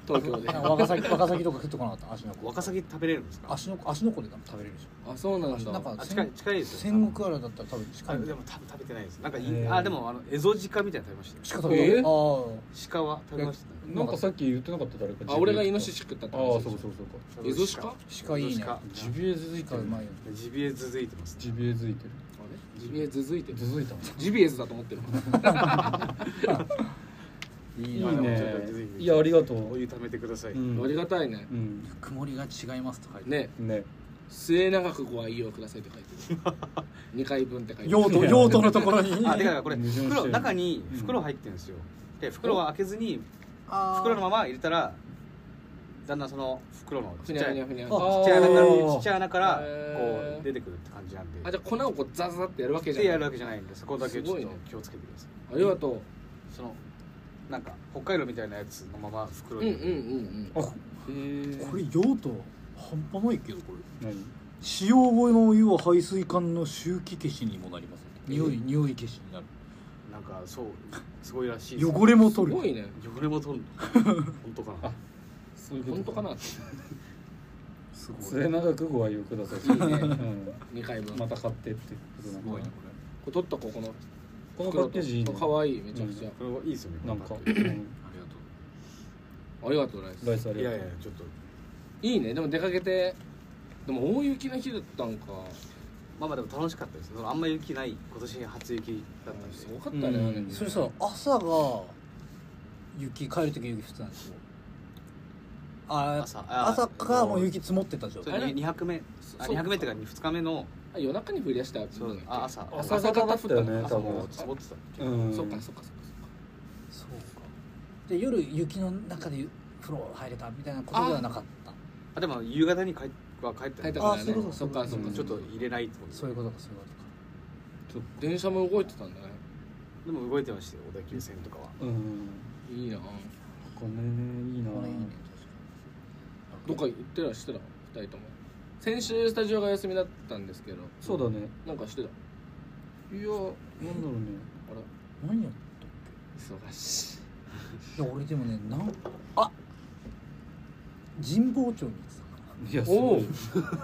Speaker 1: 東京 で
Speaker 2: なんかワカサギワカサギとか食ってこなかった足の子
Speaker 4: ワカサギ食べれるんですか
Speaker 2: 足の子足の子で食べれるでし
Speaker 1: あそうなん
Speaker 2: ょ
Speaker 1: だ
Speaker 2: なんか
Speaker 4: あ近い近いですよ
Speaker 2: 戦国あらだったら多分
Speaker 4: あ
Speaker 2: 近いんだ
Speaker 4: で
Speaker 2: よ
Speaker 4: も多分食べてないですなんかい
Speaker 3: へー
Speaker 4: あでもあのエゾジカみたいなの食べましたよ
Speaker 2: しか食べた
Speaker 3: え
Speaker 2: ことないあ
Speaker 4: 鹿は食べました ね
Speaker 3: なんかさっき言ってなかった誰か
Speaker 1: あ俺がイノシ
Speaker 3: シ
Speaker 1: シ食ったっ
Speaker 3: あ
Speaker 1: て
Speaker 3: あ
Speaker 1: 話
Speaker 3: そ
Speaker 1: でしょ
Speaker 3: うそうそうか
Speaker 1: エゾシカあ
Speaker 2: あ鹿いいね
Speaker 4: エゾシカ
Speaker 3: ジビエ続いて
Speaker 2: 鹿う
Speaker 3: る
Speaker 2: まいよね
Speaker 4: ジビエ続いてますね
Speaker 3: ジビエ続いて
Speaker 1: れ
Speaker 3: る
Speaker 1: ジビエズづいてる
Speaker 3: 続いた
Speaker 1: ジビエズだと思ってる
Speaker 3: いい
Speaker 4: まあでもちょ
Speaker 3: ね
Speaker 4: っと気づいて
Speaker 3: いやありがとう
Speaker 4: お湯貯めてください、
Speaker 3: うん
Speaker 1: ありがたいね
Speaker 3: うん
Speaker 2: 曇りが違いますと書いて
Speaker 1: ね
Speaker 3: ね
Speaker 1: 末永くご愛用くださいって書いてる2回分って書いてる
Speaker 2: 用途用途のところに
Speaker 4: あてかこれ
Speaker 3: 矛盾してる
Speaker 4: 袋中に袋入ってるんですよで袋は開けずに袋のまま入れたらだんだんその袋の
Speaker 1: ふ
Speaker 4: ちっ
Speaker 1: に
Speaker 4: ちゃ
Speaker 1: ゃ
Speaker 4: い
Speaker 1: ふに
Speaker 4: ち
Speaker 1: ゃ
Speaker 4: っ
Speaker 1: ふにゃ
Speaker 2: あ
Speaker 1: あ
Speaker 4: ちゃい穴から
Speaker 2: あ
Speaker 4: ち
Speaker 2: ー
Speaker 4: っちゃい穴から
Speaker 1: へ
Speaker 4: こ
Speaker 1: ー
Speaker 4: う出てくるって感じなんで
Speaker 1: あじゃあ粉をこうザザザってやるわけじ
Speaker 4: で
Speaker 1: ゃな
Speaker 4: やる
Speaker 1: い
Speaker 4: わけじゃないんでそこだけちょっ
Speaker 1: す
Speaker 4: と
Speaker 1: ごいね
Speaker 4: 気をつけてください
Speaker 1: ありがとう
Speaker 4: そのなんか北海道みたいなやつのまま
Speaker 1: う
Speaker 4: 袋
Speaker 1: んうん
Speaker 4: に、
Speaker 1: うんうん
Speaker 3: あ
Speaker 1: へえ
Speaker 2: これ用途半端ないけどこれ
Speaker 3: 何
Speaker 2: 使用後のお湯は排水管の周期消しにもなります匂い匂い消しになる
Speaker 4: なんかそうすごいらしいです
Speaker 2: 汚れも
Speaker 1: す
Speaker 2: 取
Speaker 1: ごい
Speaker 2: る
Speaker 1: ね
Speaker 4: 汚れも取るの本当かな
Speaker 3: あそういうこと
Speaker 1: 本当かな
Speaker 2: すごい
Speaker 3: 末永くご愛用ください
Speaker 1: いいね
Speaker 3: うん
Speaker 1: 2回分
Speaker 3: また買ってってことな
Speaker 2: す
Speaker 3: の
Speaker 2: ごい
Speaker 3: かな
Speaker 2: ね
Speaker 1: これ取ったここの
Speaker 3: このパッケージいいね
Speaker 1: かわいいめちゃくちゃ
Speaker 4: これはいいですよね
Speaker 3: なんか
Speaker 4: このパッケー
Speaker 3: うん
Speaker 2: ありがとう
Speaker 1: ありがとうライ
Speaker 3: ラ
Speaker 1: ス
Speaker 3: イスあり
Speaker 4: ジい
Speaker 3: が
Speaker 4: や
Speaker 3: と
Speaker 4: いうやちょっと
Speaker 1: いいねでも出かけてでも大雪の日だったんか
Speaker 4: まあまあでも楽しかったですそのあんま雪ない今年初雪だったんですす
Speaker 1: ごかったねあれ
Speaker 3: うん
Speaker 2: それさ朝が雪帰る時雪降ってたんですよあ
Speaker 4: 朝あ
Speaker 2: 朝からもう雪積もってた状
Speaker 4: そ
Speaker 2: 態
Speaker 4: れ2泊目
Speaker 1: そ
Speaker 4: あ
Speaker 1: そう
Speaker 4: 2泊目っていうか2日目の
Speaker 1: あ夜中に降り出した
Speaker 4: そう
Speaker 1: だっけ
Speaker 4: あ朝
Speaker 3: 朝
Speaker 1: 朝方だったよね
Speaker 3: 多
Speaker 4: 朝
Speaker 3: 分
Speaker 4: も積もってた
Speaker 3: うん
Speaker 1: そっかそっかそっか
Speaker 2: そうかで夜雪の中で風呂入れたみたいなことではなかった
Speaker 4: あでも夕方に帰は帰った
Speaker 1: 帰った
Speaker 4: ね
Speaker 1: からね
Speaker 2: あそういうこと
Speaker 1: そっかそっ
Speaker 3: う
Speaker 1: か
Speaker 3: ん
Speaker 4: ちょっと入れないと思
Speaker 2: そういうことかそういうこ
Speaker 1: ちょっと電車も動いてたんだね
Speaker 4: でも動いてましたよ小田急線とかは
Speaker 3: うん
Speaker 1: いいな
Speaker 3: これねいいな
Speaker 2: とかこれいいね
Speaker 1: どっか行ってらしてた二人とも先週スタジオが休みだったんですけど
Speaker 3: そうだね
Speaker 1: なんかしてたいや
Speaker 3: なんだろうね
Speaker 1: あら
Speaker 2: 何やっ
Speaker 1: 忙しい
Speaker 2: たいや俺でもねなんあ神保町に行ってたか
Speaker 3: いやす
Speaker 1: お
Speaker 3: ご
Speaker 1: う
Speaker 3: い
Speaker 2: ら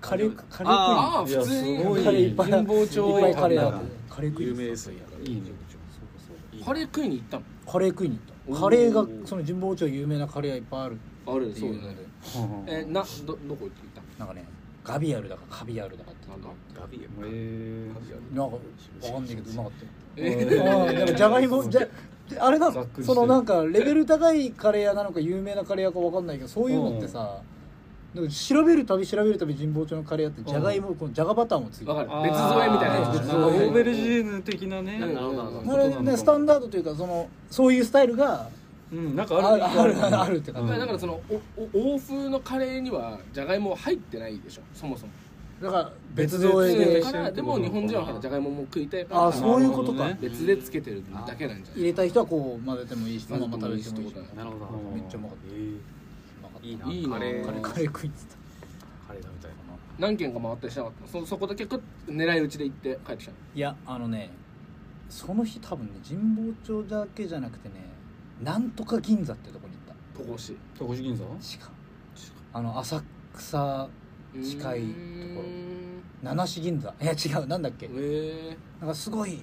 Speaker 2: カレーカレー
Speaker 1: ああ
Speaker 3: いや
Speaker 1: 普通に
Speaker 3: すごい
Speaker 2: カレーいっぱい
Speaker 1: 神保
Speaker 2: 食い
Speaker 1: 町
Speaker 2: いっぱいカレーあ
Speaker 4: なん
Speaker 2: っ
Speaker 4: か
Speaker 2: てカレー食い
Speaker 4: 有
Speaker 2: に行
Speaker 4: 名
Speaker 2: って
Speaker 4: ですよだから
Speaker 3: いいね
Speaker 2: たそうかそうか
Speaker 1: カレー食いに行った
Speaker 2: カレー食いに行っ
Speaker 1: おー
Speaker 2: たカレーがその神保町有名なカレーがいっぱいある
Speaker 1: のある
Speaker 2: って
Speaker 1: そ
Speaker 2: いうう
Speaker 1: だ
Speaker 2: の
Speaker 1: ね
Speaker 2: で
Speaker 3: はあ
Speaker 1: えなどどこ行って行った
Speaker 2: なんかねガビアルだかカビアルだかって
Speaker 1: な
Speaker 2: なんん
Speaker 1: だ
Speaker 2: か
Speaker 4: ガビや
Speaker 3: へえ
Speaker 2: わかんないけどうまかったよ
Speaker 3: ー
Speaker 2: あーなんかじゃがいもじゃあれな
Speaker 3: ざっ
Speaker 2: の
Speaker 3: くりして
Speaker 2: そのなんかレベル高いカレー屋なのか有名なカレー屋かわかんないけどそういうのってさ、でも調べるたび調べるたび神保町のカレー屋ってじゃがいもこのじゃがバターもついて
Speaker 1: わかる
Speaker 3: あー
Speaker 1: 別添えみたいなやつ
Speaker 3: ん
Speaker 1: 別
Speaker 3: か
Speaker 1: 添え
Speaker 3: オーベルジーヌ的なね
Speaker 1: なるほど
Speaker 3: うん
Speaker 2: あれねスタンダードというかそのそういうスタイルが
Speaker 3: うんなんか
Speaker 2: あ
Speaker 3: ある
Speaker 2: るあるあるって感
Speaker 3: う
Speaker 2: じ
Speaker 3: ん
Speaker 1: だからそのおお欧風のカレーにはじゃがいも入ってないでしょそもそも
Speaker 2: だから別
Speaker 3: 別
Speaker 2: 添え
Speaker 3: 添え
Speaker 2: で
Speaker 1: だからでも日本人はほらじゃがいもも食いたいから
Speaker 2: ああそういうことか、
Speaker 3: なるほどね
Speaker 1: 別でつけてるだけなんじゃな
Speaker 2: 入
Speaker 1: い
Speaker 2: れたい人はこう混ぜてもいいしそのまま食べてもいいし
Speaker 1: 混ぜてもいいし
Speaker 4: なるほど
Speaker 3: うん
Speaker 2: めっちゃうまかっ
Speaker 4: えー
Speaker 2: た
Speaker 4: いい
Speaker 2: い
Speaker 4: な
Speaker 1: い
Speaker 4: い
Speaker 1: な
Speaker 4: カレー
Speaker 2: カレ
Speaker 4: カレ
Speaker 2: ー
Speaker 4: ー
Speaker 2: カレー食いってた
Speaker 4: 食べたいな
Speaker 1: 何軒か回ったりしなかったそそこだけ食っ狙い撃ちで行って帰ってきたの
Speaker 2: いやあのねその日多分ね神保町だけじゃなくてねなんとか銀座ってとこに行っ
Speaker 1: 戸越し
Speaker 3: 戸越銀座
Speaker 2: たしかあの浅草近いところ七市銀座いや違うなんだっけ
Speaker 1: へえ
Speaker 2: なんかすごい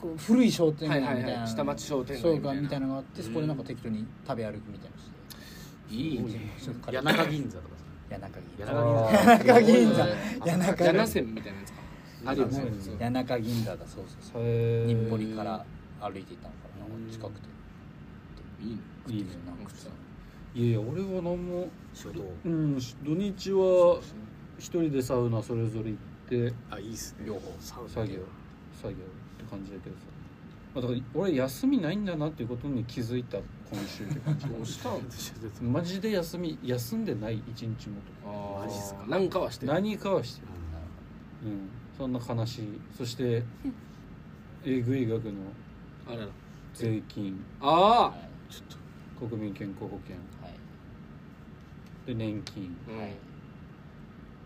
Speaker 2: こう古い商店
Speaker 1: はい
Speaker 2: 街み
Speaker 1: は
Speaker 2: たい
Speaker 1: い
Speaker 2: な、
Speaker 1: はい下町商店
Speaker 2: そう
Speaker 1: 街
Speaker 2: かみ
Speaker 1: み
Speaker 2: た
Speaker 1: た
Speaker 2: い
Speaker 1: いな
Speaker 2: なのがあってそこでなんか適当に食べ歩くみたいなのして
Speaker 1: いいね
Speaker 2: ちょっと軽
Speaker 4: 谷
Speaker 2: く
Speaker 4: 中銀座とか
Speaker 2: 谷中銀
Speaker 4: 谷
Speaker 2: 座
Speaker 4: 中銀座
Speaker 2: 谷中
Speaker 1: 柳瀬
Speaker 2: 銀座谷中銀座
Speaker 1: 線みたいなやつかあるよね
Speaker 3: 柳瀬
Speaker 1: そう
Speaker 2: 谷中銀座だそうそうそう
Speaker 3: へえ
Speaker 2: 日暮里から歩いていったのかななんか近くて
Speaker 1: いいね
Speaker 3: いいね
Speaker 2: なんかさ
Speaker 3: いやいや俺は何も
Speaker 4: 仕事を
Speaker 3: うんし土日は一人でサウナそれぞれ行って
Speaker 4: あいいっすね
Speaker 3: 両方
Speaker 4: サウナ
Speaker 3: 作業作業って感じだけどさまあだから俺休みないんだなっていうことに気づいた今週って感じ
Speaker 1: どうしたん
Speaker 3: マジで休み休んでない一日もとか
Speaker 1: ああ
Speaker 4: マジっすか
Speaker 1: なんかはしてる
Speaker 3: 何かはしてるうんそんな悲しいそしてえぐい額の
Speaker 1: あらら
Speaker 3: 税金
Speaker 1: あ
Speaker 2: はい
Speaker 4: ちょっ
Speaker 3: 国民健康保険
Speaker 2: はい
Speaker 3: で年金、
Speaker 1: あ、
Speaker 2: はい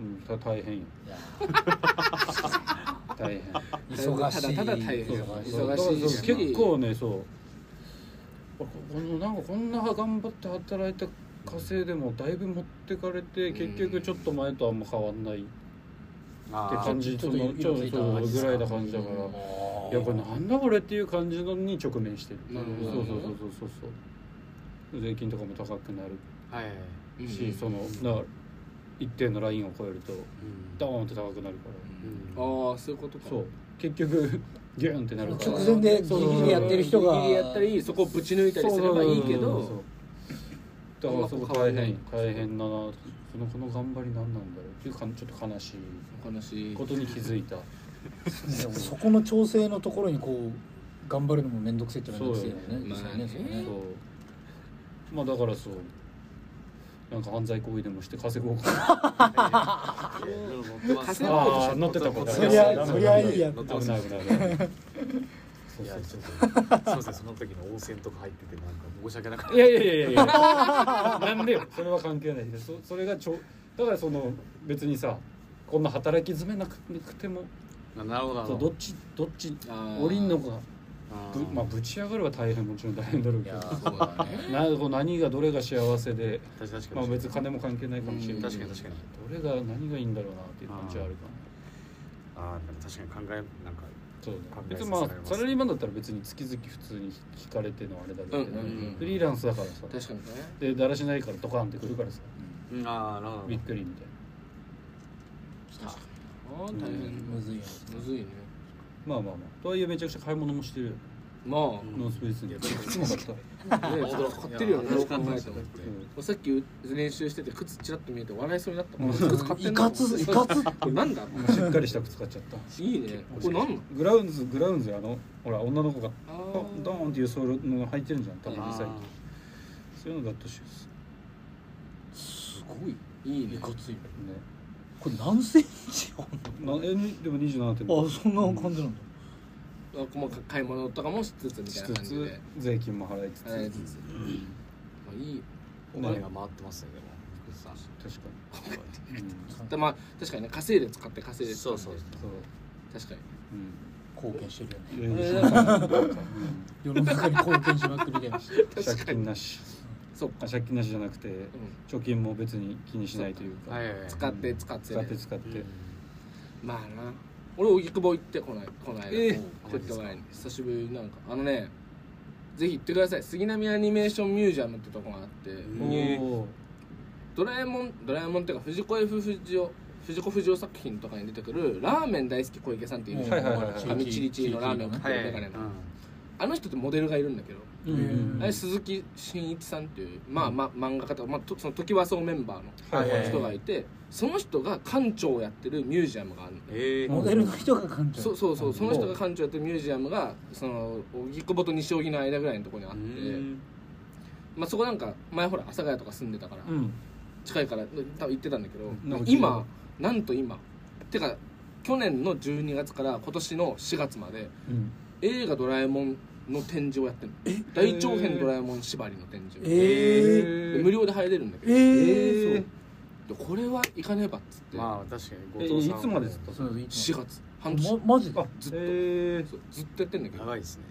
Speaker 3: うん、た大変よ
Speaker 2: いや
Speaker 3: 大変
Speaker 2: 忙しい
Speaker 1: ただただ大変
Speaker 2: 忙しい
Speaker 1: そう
Speaker 3: だから
Speaker 1: 忙しいし
Speaker 3: そう結構ねそうあここのなんかこんな頑張って働いて稼いでもだいぶ持ってかれて結局ちょっと前とあんま変わんないって
Speaker 4: と
Speaker 3: 感じ
Speaker 2: ち
Speaker 3: そ
Speaker 2: ょっと
Speaker 3: のちょっ
Speaker 2: 色ついた
Speaker 3: と
Speaker 2: 感じで
Speaker 3: ぐ
Speaker 2: すから
Speaker 3: いな感じだから
Speaker 1: うん
Speaker 3: やっぱなんだこれっていう感じのに直面してる
Speaker 1: なるほど
Speaker 3: そうそうそうそうそうそう税金とかも高くなる
Speaker 4: はいはいはい
Speaker 1: うん
Speaker 3: し、そのだから一定のラインを超えると
Speaker 4: うん
Speaker 3: ドーンって高くなるから
Speaker 1: ああそういうことか
Speaker 3: そう結局ギューンってなるから
Speaker 2: 直前でギリギリやってる人が
Speaker 1: ギリギリやったりそこをぶち抜いたりすればいいけど
Speaker 3: そうだからそこ大変大変だなこのこの頑張り何なんだろうっていうかちょっと悲し
Speaker 1: 悲し
Speaker 3: い
Speaker 1: い
Speaker 3: ことに気づいた
Speaker 2: でもそこの調整のところにこう頑張るのも面倒くせえってのは面倒くせえよね
Speaker 1: そうだよね
Speaker 2: 実際ね
Speaker 1: まあね
Speaker 3: そうまあだからそうなんか犯罪行為でもして稼ごうか
Speaker 1: 稼ぐ
Speaker 3: ああ乗ってたこと
Speaker 2: そりゃそりゃいいや
Speaker 4: 乗って
Speaker 3: な
Speaker 4: ま
Speaker 3: 危
Speaker 4: す
Speaker 3: ない危ない危ないそう
Speaker 4: いや
Speaker 3: そう
Speaker 4: ちょっとすみませんその時の応戦とか入っててなんか申し訳なかっ
Speaker 3: いやいやいやいやいやなんでよ それは関係ないそそれがちょだからその別にさこんな働き詰めなくなくても
Speaker 4: た。なるほどなる
Speaker 3: そ
Speaker 4: ほ
Speaker 3: うど
Speaker 4: ど
Speaker 3: っちどっち
Speaker 1: あー
Speaker 3: 降りんのか
Speaker 4: あ
Speaker 3: ぶ
Speaker 4: ー
Speaker 3: まあぶち上がるは大変もちろん大変だろう
Speaker 2: い
Speaker 3: け
Speaker 2: や
Speaker 3: ど
Speaker 2: ー
Speaker 1: そうだね
Speaker 3: なこう何がどれが幸せで
Speaker 4: 確かに確
Speaker 3: まあ
Speaker 4: かに
Speaker 3: 別に金も関係ないかもしれない
Speaker 4: 確かに確かに
Speaker 3: どれが何がいいんだろうなっていう感じはあるかな
Speaker 4: あーなんか確かに考えなんか
Speaker 3: そうだ
Speaker 4: 考え
Speaker 3: 別
Speaker 4: さ
Speaker 3: に
Speaker 4: せ
Speaker 3: ま
Speaker 4: られ
Speaker 3: あ
Speaker 4: ます
Speaker 3: サラリーマンだったら別に月々普通に引かれてのあれだろうけど
Speaker 1: うんうんうん
Speaker 3: フリーランスだからさ
Speaker 1: 確かにね
Speaker 3: でだらしないからドカンってくるからさ
Speaker 4: うんああなるほど
Speaker 3: びっくりみたいな
Speaker 1: ああ大変
Speaker 2: むずいよ
Speaker 1: むずいね
Speaker 3: まあまあまあとはいえめちゃくちゃ買い物もしてるよ
Speaker 1: まあ
Speaker 4: うん
Speaker 3: ノースペースに靴も買った
Speaker 1: ね買ってるよね
Speaker 4: い
Speaker 1: よ
Speaker 4: や
Speaker 1: く考えたら
Speaker 3: うん
Speaker 1: さっき練習してて靴ちらっと見えて笑いそうになったもん
Speaker 3: うん
Speaker 1: 靴買ってんな
Speaker 2: いかついかつ
Speaker 1: これなんだ
Speaker 3: しっかりした靴買っちゃった
Speaker 1: いいねこれなんな
Speaker 3: グラウンズグラウンズあのほら女の子がポ
Speaker 1: の
Speaker 3: ンドーンっていうソールのが履いてるんじゃん多分
Speaker 4: あ
Speaker 3: 実際
Speaker 4: ー
Speaker 3: そういうのだったしです
Speaker 2: すごい
Speaker 1: いいね
Speaker 2: いかついよ
Speaker 3: ね
Speaker 2: これ何センチあん
Speaker 3: なえにでも
Speaker 2: のあ
Speaker 3: 27.5
Speaker 2: そんな感じなんだ
Speaker 1: あ細かい買い物とかもしつつみた
Speaker 3: し
Speaker 1: い
Speaker 3: つ
Speaker 1: な感じ
Speaker 3: つ
Speaker 1: で
Speaker 3: 税金も払いつつ
Speaker 1: あれつつまあいい
Speaker 4: お金が回ってますねでも福士さん
Speaker 3: 確かに、うん
Speaker 1: でまあ確かにね稼いで使って稼いで使
Speaker 4: そ
Speaker 1: っ
Speaker 4: う
Speaker 1: て
Speaker 4: そう
Speaker 3: そ
Speaker 4: そ
Speaker 3: う
Speaker 1: 確かに
Speaker 3: う
Speaker 2: 貢献してるよね
Speaker 3: んいろいろ
Speaker 2: 世の中に貢献しまくりで
Speaker 3: 借金なし
Speaker 1: そっか
Speaker 3: あ借金なしじゃなくて
Speaker 1: うん
Speaker 3: 貯金も別に気にしないという
Speaker 4: う
Speaker 3: か
Speaker 4: はいはいはい
Speaker 1: 使って使って
Speaker 3: 使って使っ
Speaker 4: うん
Speaker 3: て
Speaker 1: まあな俺荻窪行ってこないこない
Speaker 3: え
Speaker 1: ち
Speaker 3: ー
Speaker 1: ょっと前に久しぶりになんかあのねぜひ行ってください杉並アニメーションミュージアムってとこがあって
Speaker 4: ん
Speaker 3: おー
Speaker 1: ドラえもんドラえもんっていうか藤子 F 不二雄藤子不二雄作品とかに出てくるラーメン大好き小池さんっていうじゃん
Speaker 3: はいはいはいはい
Speaker 1: ファミチリチリのラーメンを食って
Speaker 4: はい
Speaker 1: る
Speaker 4: は
Speaker 1: メガ
Speaker 4: いはい
Speaker 1: ネのあの人ってモデルがいるんだけど
Speaker 3: うんうん
Speaker 1: あれ鈴木伸一さんっていうまあまあ漫画家とか、まあ、とその時はそうメンバーの
Speaker 3: はいはい
Speaker 1: 人がいてその人が館長をやってるミュージアムがあるのね
Speaker 4: ええ
Speaker 2: モデルの人が感じ
Speaker 1: そそうそうその人が館長やってるミュージアムがその荻窪と西荻の間ぐらいのところにあって、まあ、そこなんか前ほら阿佐ヶ谷とか住んでたから
Speaker 3: うん
Speaker 1: 近いから多分行ってたんだけど
Speaker 3: なんか
Speaker 1: 今なんと今てか去年の12月から今年の4月まで
Speaker 3: うん
Speaker 1: 映画「ドラえもん」の展示をやってるの大長編ドラえもん縛りの展示を
Speaker 2: えー
Speaker 1: で無料で入れるんだけ
Speaker 2: え
Speaker 1: ど
Speaker 2: ー
Speaker 3: えー
Speaker 1: でこれは行かねばっつって、
Speaker 4: まあ確かに後
Speaker 3: え
Speaker 4: 藤
Speaker 3: い
Speaker 4: さん
Speaker 3: つまでずっと
Speaker 2: そうそう
Speaker 1: 4月半年、
Speaker 2: まマジで
Speaker 3: あ
Speaker 1: ずっと
Speaker 3: えー
Speaker 1: そうずっとやってんだけど
Speaker 4: 長いですね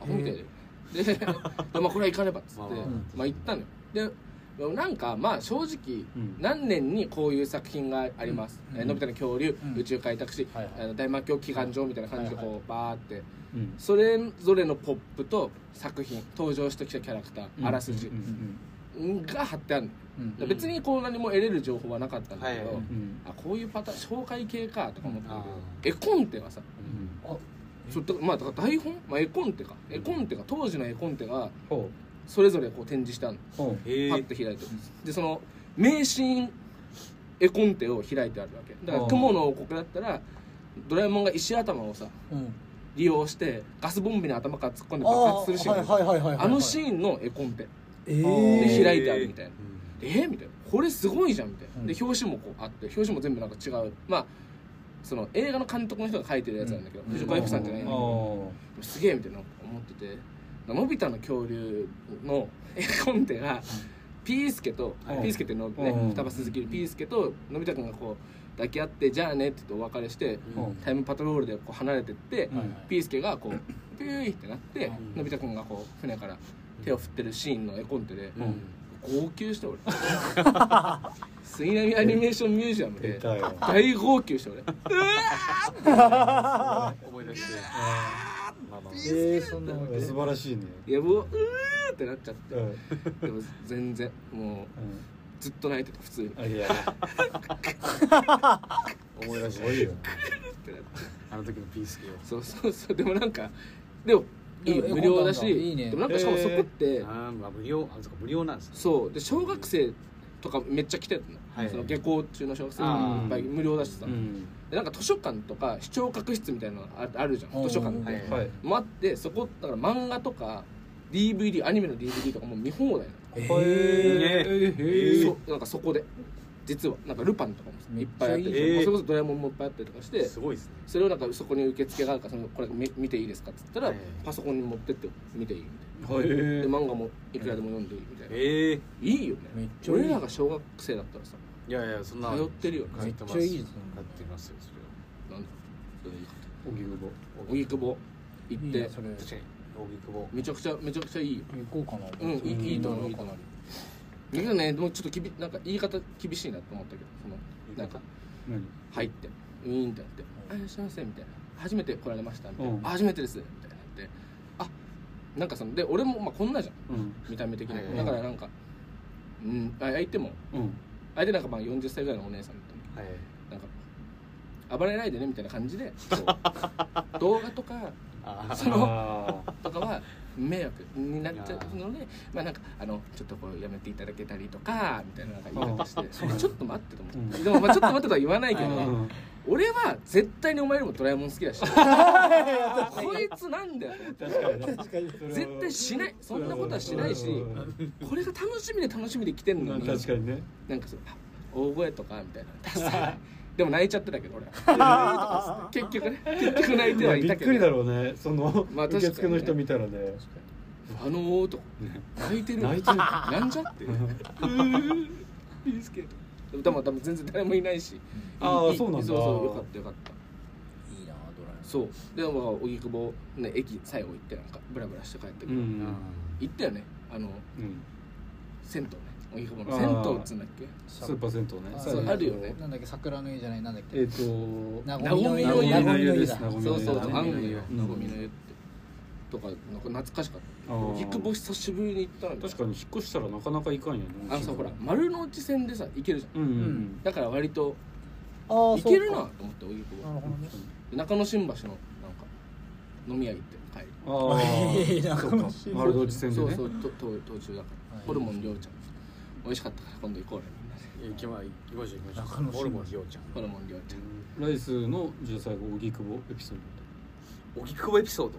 Speaker 1: アホみたいで、で でまあこれは行かねばっつって、
Speaker 4: まあ
Speaker 1: ま
Speaker 4: まあ
Speaker 1: あ行ったのよででもなんかまあ正直
Speaker 3: うん
Speaker 1: 何年にこういう作品があります「
Speaker 2: うん
Speaker 1: えーのび太の恐竜」
Speaker 2: うん
Speaker 1: 宇宙開拓史」
Speaker 2: はいはい
Speaker 1: あの大魔教祈願場」みたいな感じでこう、
Speaker 2: は
Speaker 1: バーって
Speaker 3: うん
Speaker 1: それぞれのポップと作品登場してきたキャラクター、あらすじ
Speaker 3: うんうん
Speaker 1: が貼ってあるの
Speaker 2: うん
Speaker 1: で別にこう何も得れる情報はなかったんだけど、
Speaker 4: はいはい
Speaker 3: うん
Speaker 1: あこういうパターン紹介系かとか思ったんだ
Speaker 4: うんあ
Speaker 1: けど絵コンテはさ
Speaker 3: うん
Speaker 1: そうだからまあだから台本、まあ、絵コンテか絵コンテが当時の絵コンテが
Speaker 3: ほ
Speaker 1: それぞれこう展示してあるの
Speaker 3: うほう
Speaker 4: え
Speaker 1: パッて開いてでその名シーン絵コンテを開いてあるわけだか
Speaker 3: あ
Speaker 1: ら「
Speaker 3: ー
Speaker 1: 雲の王国」だったらドラえもんが石頭をさ
Speaker 2: うん
Speaker 1: 利用してガスボンベに頭から突っ込んで
Speaker 2: あ
Speaker 1: 爆
Speaker 2: あ
Speaker 1: 発するシーンあ,、
Speaker 2: はいはいはいはいはい
Speaker 1: のシーンの絵コンテ
Speaker 2: え
Speaker 1: で
Speaker 2: ー
Speaker 1: 開いてあるみたいな
Speaker 4: うん
Speaker 1: でえみたいなこれすごいじゃんみたいな、
Speaker 2: うん
Speaker 1: で表紙もこうあって表紙も全部なんか違うまあその映画の監督の人が描いてるやつなんだけど、
Speaker 2: うん
Speaker 1: 藤子 F さんじゃないんだけど、
Speaker 3: の
Speaker 1: すげえみたいな思っててのび太の恐竜の絵コンテがピースケと
Speaker 3: うん
Speaker 1: ピースケってのね
Speaker 3: うん
Speaker 1: 双葉鈴木ピースケとのび太くんがこう抱き合ってじゃあねって言ってお別れして
Speaker 4: うん
Speaker 1: タイムパトロールでこう離れてって
Speaker 3: うん
Speaker 1: ピースケがこうピューイってなって
Speaker 4: うん
Speaker 1: のび太くんがこう船から手を振ってるシーンの絵コンテで
Speaker 4: うん
Speaker 1: 号泣して 俺杉並アニメーションミュージアムで
Speaker 3: 出たよ
Speaker 1: 大号泣して俺
Speaker 4: 思い出してまあまあ
Speaker 2: えーそんな
Speaker 3: うん素晴らしいね
Speaker 1: いやもううーってなっちゃっ
Speaker 3: うんうん
Speaker 1: てでも全然もうずっと泣いてた普通に
Speaker 3: あいや
Speaker 4: 思い出し
Speaker 3: す
Speaker 4: て
Speaker 3: ごいよ
Speaker 1: ってなって
Speaker 4: あの時のピースケを
Speaker 1: そうそうそうでもなんかでもいい
Speaker 2: でも
Speaker 1: 無料だし
Speaker 2: よかったんだいいね
Speaker 1: でもなんかしかもそこって
Speaker 4: あーまあ無料あそこ無料なんですね
Speaker 1: そうで小学生とかめっちゃ来てたの,、
Speaker 4: はい
Speaker 1: その下校中の小学生
Speaker 4: あ
Speaker 1: が
Speaker 4: ー
Speaker 1: いっぱい無料だしさ、
Speaker 3: うん
Speaker 1: でなんか図書館とか視聴覚室みたいなのああるじゃ
Speaker 2: うん
Speaker 1: ん図書館って、
Speaker 4: はい
Speaker 3: はい
Speaker 1: もあってそこだから漫画とか DVD アニメの DVD とかも見放題なの
Speaker 3: へ
Speaker 2: え
Speaker 3: えへえ
Speaker 1: そなんかそこで実はなんかルパンとかもいっぱいあって
Speaker 4: めっちゃいい
Speaker 1: それこそドラえもんもいっぱいあったりとかして
Speaker 4: すごいですね
Speaker 1: それをなんかそこに受付があるからそのこれ見見ていいですかって言ったら、
Speaker 4: ええ
Speaker 1: パソコンに持ってって見ていいみたい
Speaker 3: はい
Speaker 1: なで漫画もいくらでも読んでいいみたいな、
Speaker 4: ええい
Speaker 1: いいよ
Speaker 2: めっ
Speaker 1: ね
Speaker 2: ちゃいい
Speaker 1: 俺らが小学生だったらさ
Speaker 4: やいやそんな
Speaker 1: 通ってるよね
Speaker 4: 通ってます
Speaker 2: めっちゃいいですね
Speaker 4: 通ってますよそれは
Speaker 1: なんだそれいいか
Speaker 3: 荻窪
Speaker 1: 荻窪行っ
Speaker 2: いいね
Speaker 1: て
Speaker 2: それ
Speaker 4: 確かに荻窪
Speaker 1: めちゃくちゃめちゃくちゃいいよ
Speaker 2: 行こうかな
Speaker 1: うんいいいいと思う
Speaker 2: いいと思う
Speaker 1: だけどねでもちょっときびなんか言い方厳しいなと思ったけどそのなんか
Speaker 3: 何
Speaker 1: 入ってウィーンってなって「あいらっしゃいませ」みたいな「初めて来られました」みたいな
Speaker 3: うん
Speaker 1: あ「初めてです」みたいなってあなんかそので俺もまあこんなじゃん
Speaker 3: うん
Speaker 1: 見た目的
Speaker 4: はいはい
Speaker 1: にだからなんかうんあ相手も
Speaker 3: うん
Speaker 1: 相手なんかまあ40歳ぐらいのお姉さんみたいな
Speaker 4: はい
Speaker 1: なんか暴れないでねみたいな感じでこう動画とか
Speaker 4: あ
Speaker 1: その
Speaker 3: あ
Speaker 1: とかは迷惑になっちゃ
Speaker 4: あー
Speaker 1: うのでまあなんかあのちょっとこうやめていただけたりとかみたいななんか言い方して「ちょっと待って」と思って、
Speaker 3: うん
Speaker 1: でもまあちょっと待ってとは言わないけど
Speaker 3: ー
Speaker 1: 俺は絶対にお前よりもドラえもん好きだしこいつなんだよ
Speaker 3: 確かにね
Speaker 2: 確かに
Speaker 1: 絶対しないそんなことはしないしこれが楽しみで楽しみで来てんのに
Speaker 3: 確かにね
Speaker 1: なんかそのあ大声とかみたいなダサ いでも泣いちゃってたけど俺は結局 ね結局泣いてはい
Speaker 3: び
Speaker 1: た
Speaker 3: っ
Speaker 1: け
Speaker 3: くり
Speaker 1: ど
Speaker 3: だろうねその
Speaker 1: まあ
Speaker 3: 受
Speaker 1: 確かにね
Speaker 3: 付の人見たらね
Speaker 1: あのーとか泣いてる
Speaker 3: 泣いてる
Speaker 1: なんじゃっていいですけどでもたまたま全然誰もいないし
Speaker 3: あー
Speaker 1: いい
Speaker 3: そうなんだ
Speaker 1: そうそうよかったよかった
Speaker 2: いいなドラえもん
Speaker 1: そうでまあ荻窪、ね、駅最後行ってなんかブラブラして帰ったけ
Speaker 3: う
Speaker 1: ど、
Speaker 4: うんん
Speaker 1: 行ったよねあの
Speaker 3: うん
Speaker 1: 銭湯ね荻窪
Speaker 3: あー
Speaker 1: の銭湯っつうんだっけ
Speaker 3: スーパー銭湯ね
Speaker 1: そうあるよね
Speaker 2: なんだっけ桜の湯じゃないなんだっけ
Speaker 3: えっと
Speaker 2: な
Speaker 1: ごみの湯
Speaker 3: なごみの湯です
Speaker 2: な
Speaker 3: なごみ
Speaker 1: そ
Speaker 3: の
Speaker 1: う
Speaker 3: 湯
Speaker 1: そう
Speaker 4: なご
Speaker 1: あ
Speaker 4: み
Speaker 1: ん
Speaker 4: の
Speaker 1: の
Speaker 4: 湯
Speaker 1: よ
Speaker 3: うん
Speaker 1: なごみの湯ってとかなんか懐かしかった
Speaker 3: あー
Speaker 1: 荻窪久しぶりに行ったのに
Speaker 3: 確かに引っ越したらなかなか行かんよね
Speaker 1: あそうほら丸の内線でさ行けるじゃん
Speaker 3: うんうん
Speaker 1: だから割と
Speaker 2: あー
Speaker 1: 行けるな
Speaker 2: そ
Speaker 1: と
Speaker 2: うか
Speaker 1: 思って荻
Speaker 2: なる
Speaker 1: 窪
Speaker 2: ほどね
Speaker 1: 中野新橋のなんか飲み屋行って帰る
Speaker 3: あ あ
Speaker 2: いやいや
Speaker 3: そうか
Speaker 2: そうか
Speaker 3: 丸の内線で
Speaker 1: そう
Speaker 3: ね
Speaker 1: そうとと途中だから
Speaker 2: はい
Speaker 1: ホルモン涼ちゃん美味しかったから今度行こうね みんなで
Speaker 4: 行きま行きましょう行きまし
Speaker 2: 中
Speaker 4: ょう
Speaker 2: 野
Speaker 4: ホルモンひよちゃん
Speaker 1: ホルモン涼ちゃん
Speaker 3: ライスのじゃあ最後荻窪エピソー
Speaker 4: 荻窪エピソード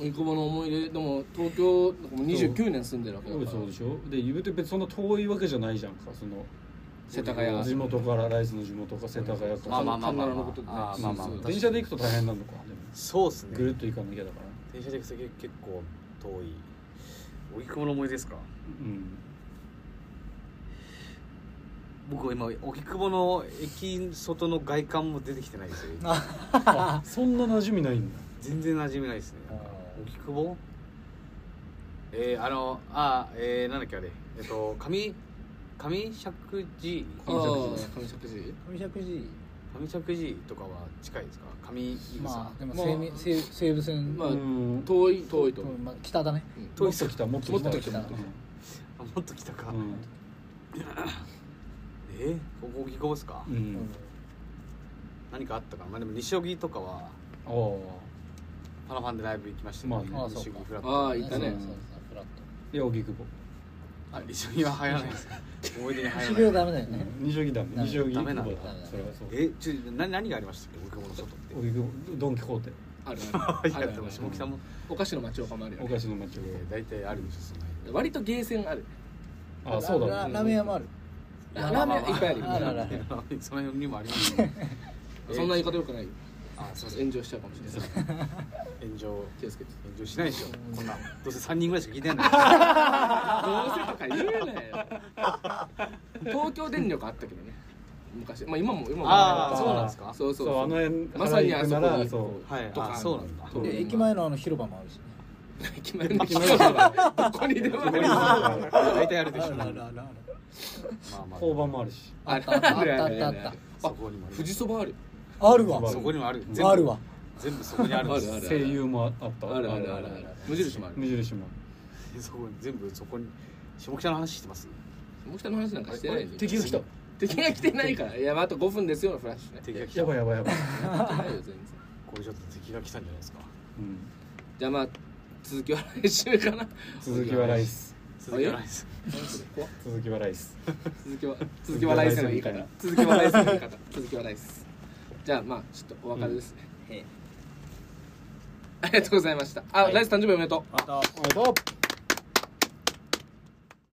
Speaker 1: 荻窪の思い出でも東京もう29年住んでるわけだ
Speaker 3: ド
Speaker 1: か
Speaker 3: そう
Speaker 1: ら
Speaker 3: でしょで言うて別にそんな遠いわけじゃないじゃんかその
Speaker 1: 世田谷
Speaker 3: 地元からライスの地元か世田谷か
Speaker 4: まあまあまあまあ
Speaker 1: 神奈川のことね
Speaker 4: あーまあまあ
Speaker 1: そうそう
Speaker 3: 電車で行くと大変なのかでも
Speaker 4: そうっす
Speaker 3: ぐる
Speaker 4: ね
Speaker 3: っと行かなきゃだから
Speaker 4: 電車で行くと結結構遠い荻窪の思い出ですか
Speaker 3: うん
Speaker 4: 僕は今荻窪の駅外の外観も出てきてないですよ
Speaker 3: あそんな馴染みないんだ
Speaker 4: 全然馴染みないですね荻窪えー、あのあーえー、なんだっけあれえっと上上石寺
Speaker 1: ああ神石寺
Speaker 2: 神石寺
Speaker 4: 上石寺とかは近いですか上井草、
Speaker 2: まあでも
Speaker 1: まあ
Speaker 2: 西武西西武線
Speaker 1: まあ
Speaker 3: うん
Speaker 1: 遠い遠いと
Speaker 2: う
Speaker 1: 思うん
Speaker 2: まあ北だね
Speaker 1: うん
Speaker 3: もっと来たもっと来
Speaker 1: も
Speaker 3: た
Speaker 1: っと来た
Speaker 3: うん
Speaker 4: あもっと北か、
Speaker 3: うん
Speaker 4: えー、ここ荻窪ですか、
Speaker 3: うん
Speaker 4: 何かあったかなまあでも西荻とかは
Speaker 3: ああ
Speaker 4: パラファンでライブ行きましたよね、
Speaker 3: ま
Speaker 2: あね
Speaker 4: 西荻フラ
Speaker 1: あ
Speaker 4: ット
Speaker 1: あ行ったね
Speaker 2: そうそうそうフラッ
Speaker 3: い
Speaker 2: ト
Speaker 3: や荻窪
Speaker 4: あ西荻は入らないです思い出に入ら
Speaker 2: 修行
Speaker 4: ない
Speaker 2: ダメだよね
Speaker 3: 二条木ダメ二条木
Speaker 4: ダメなんだ
Speaker 3: 久保田それはそう
Speaker 4: えちょ何何がありましたっけ荻窪の外って
Speaker 3: 荻窪ドン・キホーテ
Speaker 1: ある あ
Speaker 4: はい
Speaker 1: るある
Speaker 4: やってました下北も、
Speaker 1: お菓子の町岡もあるよ
Speaker 3: お
Speaker 1: ね
Speaker 3: 菓子の町を
Speaker 4: えー、大体あるでしょそんな
Speaker 1: 割とゲーセンある
Speaker 3: ああそうだ
Speaker 2: ラ
Speaker 3: ね
Speaker 2: ラーメン屋もある
Speaker 1: ラーメンいっぱいあるよ
Speaker 2: あるあるある
Speaker 4: にその辺にもありますね
Speaker 1: そんな言い方よくないよ
Speaker 4: あすいません
Speaker 1: 炎上しちゃうかもしれない
Speaker 4: 炎上
Speaker 1: 気をつけて
Speaker 4: 炎上しないでしょこんなどうせ3人ぐらいしか聞いて ないんだ
Speaker 1: どうせとか言うなよ東京電力あったけどね昔まあ今も今も
Speaker 4: あ
Speaker 3: ーそうなんです
Speaker 4: か
Speaker 1: そうそうそう
Speaker 3: あの辺
Speaker 1: まさにあそこ
Speaker 3: 原
Speaker 1: に
Speaker 3: 宿なら
Speaker 4: はいあ
Speaker 1: とか
Speaker 4: そうなんだ
Speaker 1: と
Speaker 2: で駅前のあの広場もあるしね
Speaker 1: 駅前の駅前のどこにでもある
Speaker 4: よ大体あるでしょ
Speaker 2: ある
Speaker 4: ま
Speaker 2: あ
Speaker 4: あ
Speaker 2: るあるある
Speaker 4: まあ
Speaker 3: 交番もあるし
Speaker 1: あ
Speaker 2: あったあったあったあ
Speaker 1: る
Speaker 2: った
Speaker 1: あ
Speaker 2: あっ
Speaker 1: るある
Speaker 4: そこにもある
Speaker 1: 富士そばある
Speaker 2: たあるわ
Speaker 4: そこにもある
Speaker 2: あるわ
Speaker 4: 全部そこにあるんです
Speaker 1: ある
Speaker 3: 声優もあった
Speaker 1: あるあるあるある無印もある
Speaker 3: 無印も
Speaker 4: そこ全部そこに下北の話してます
Speaker 1: 下北の話なんかしてない
Speaker 3: 敵が来た
Speaker 1: 敵が来てないからいやあと5分ですよのフラッシュね
Speaker 4: 敵が来た
Speaker 3: やばいやばいやばい、
Speaker 1: 来てないよ全然
Speaker 4: これちょっと敵が来たんじゃないですか
Speaker 3: うん、
Speaker 1: じゃあまあ続きは来週かな
Speaker 3: 続きはライス
Speaker 4: 続きはないです
Speaker 1: 怖っ
Speaker 3: 続きはライス
Speaker 1: 続きは続きはライスの言い方続きはライスの言い方続きはライスじゃあまあちょっとお別れですね、ありがとうございましたあ、ライス誕生日おめでとう
Speaker 3: ありがとう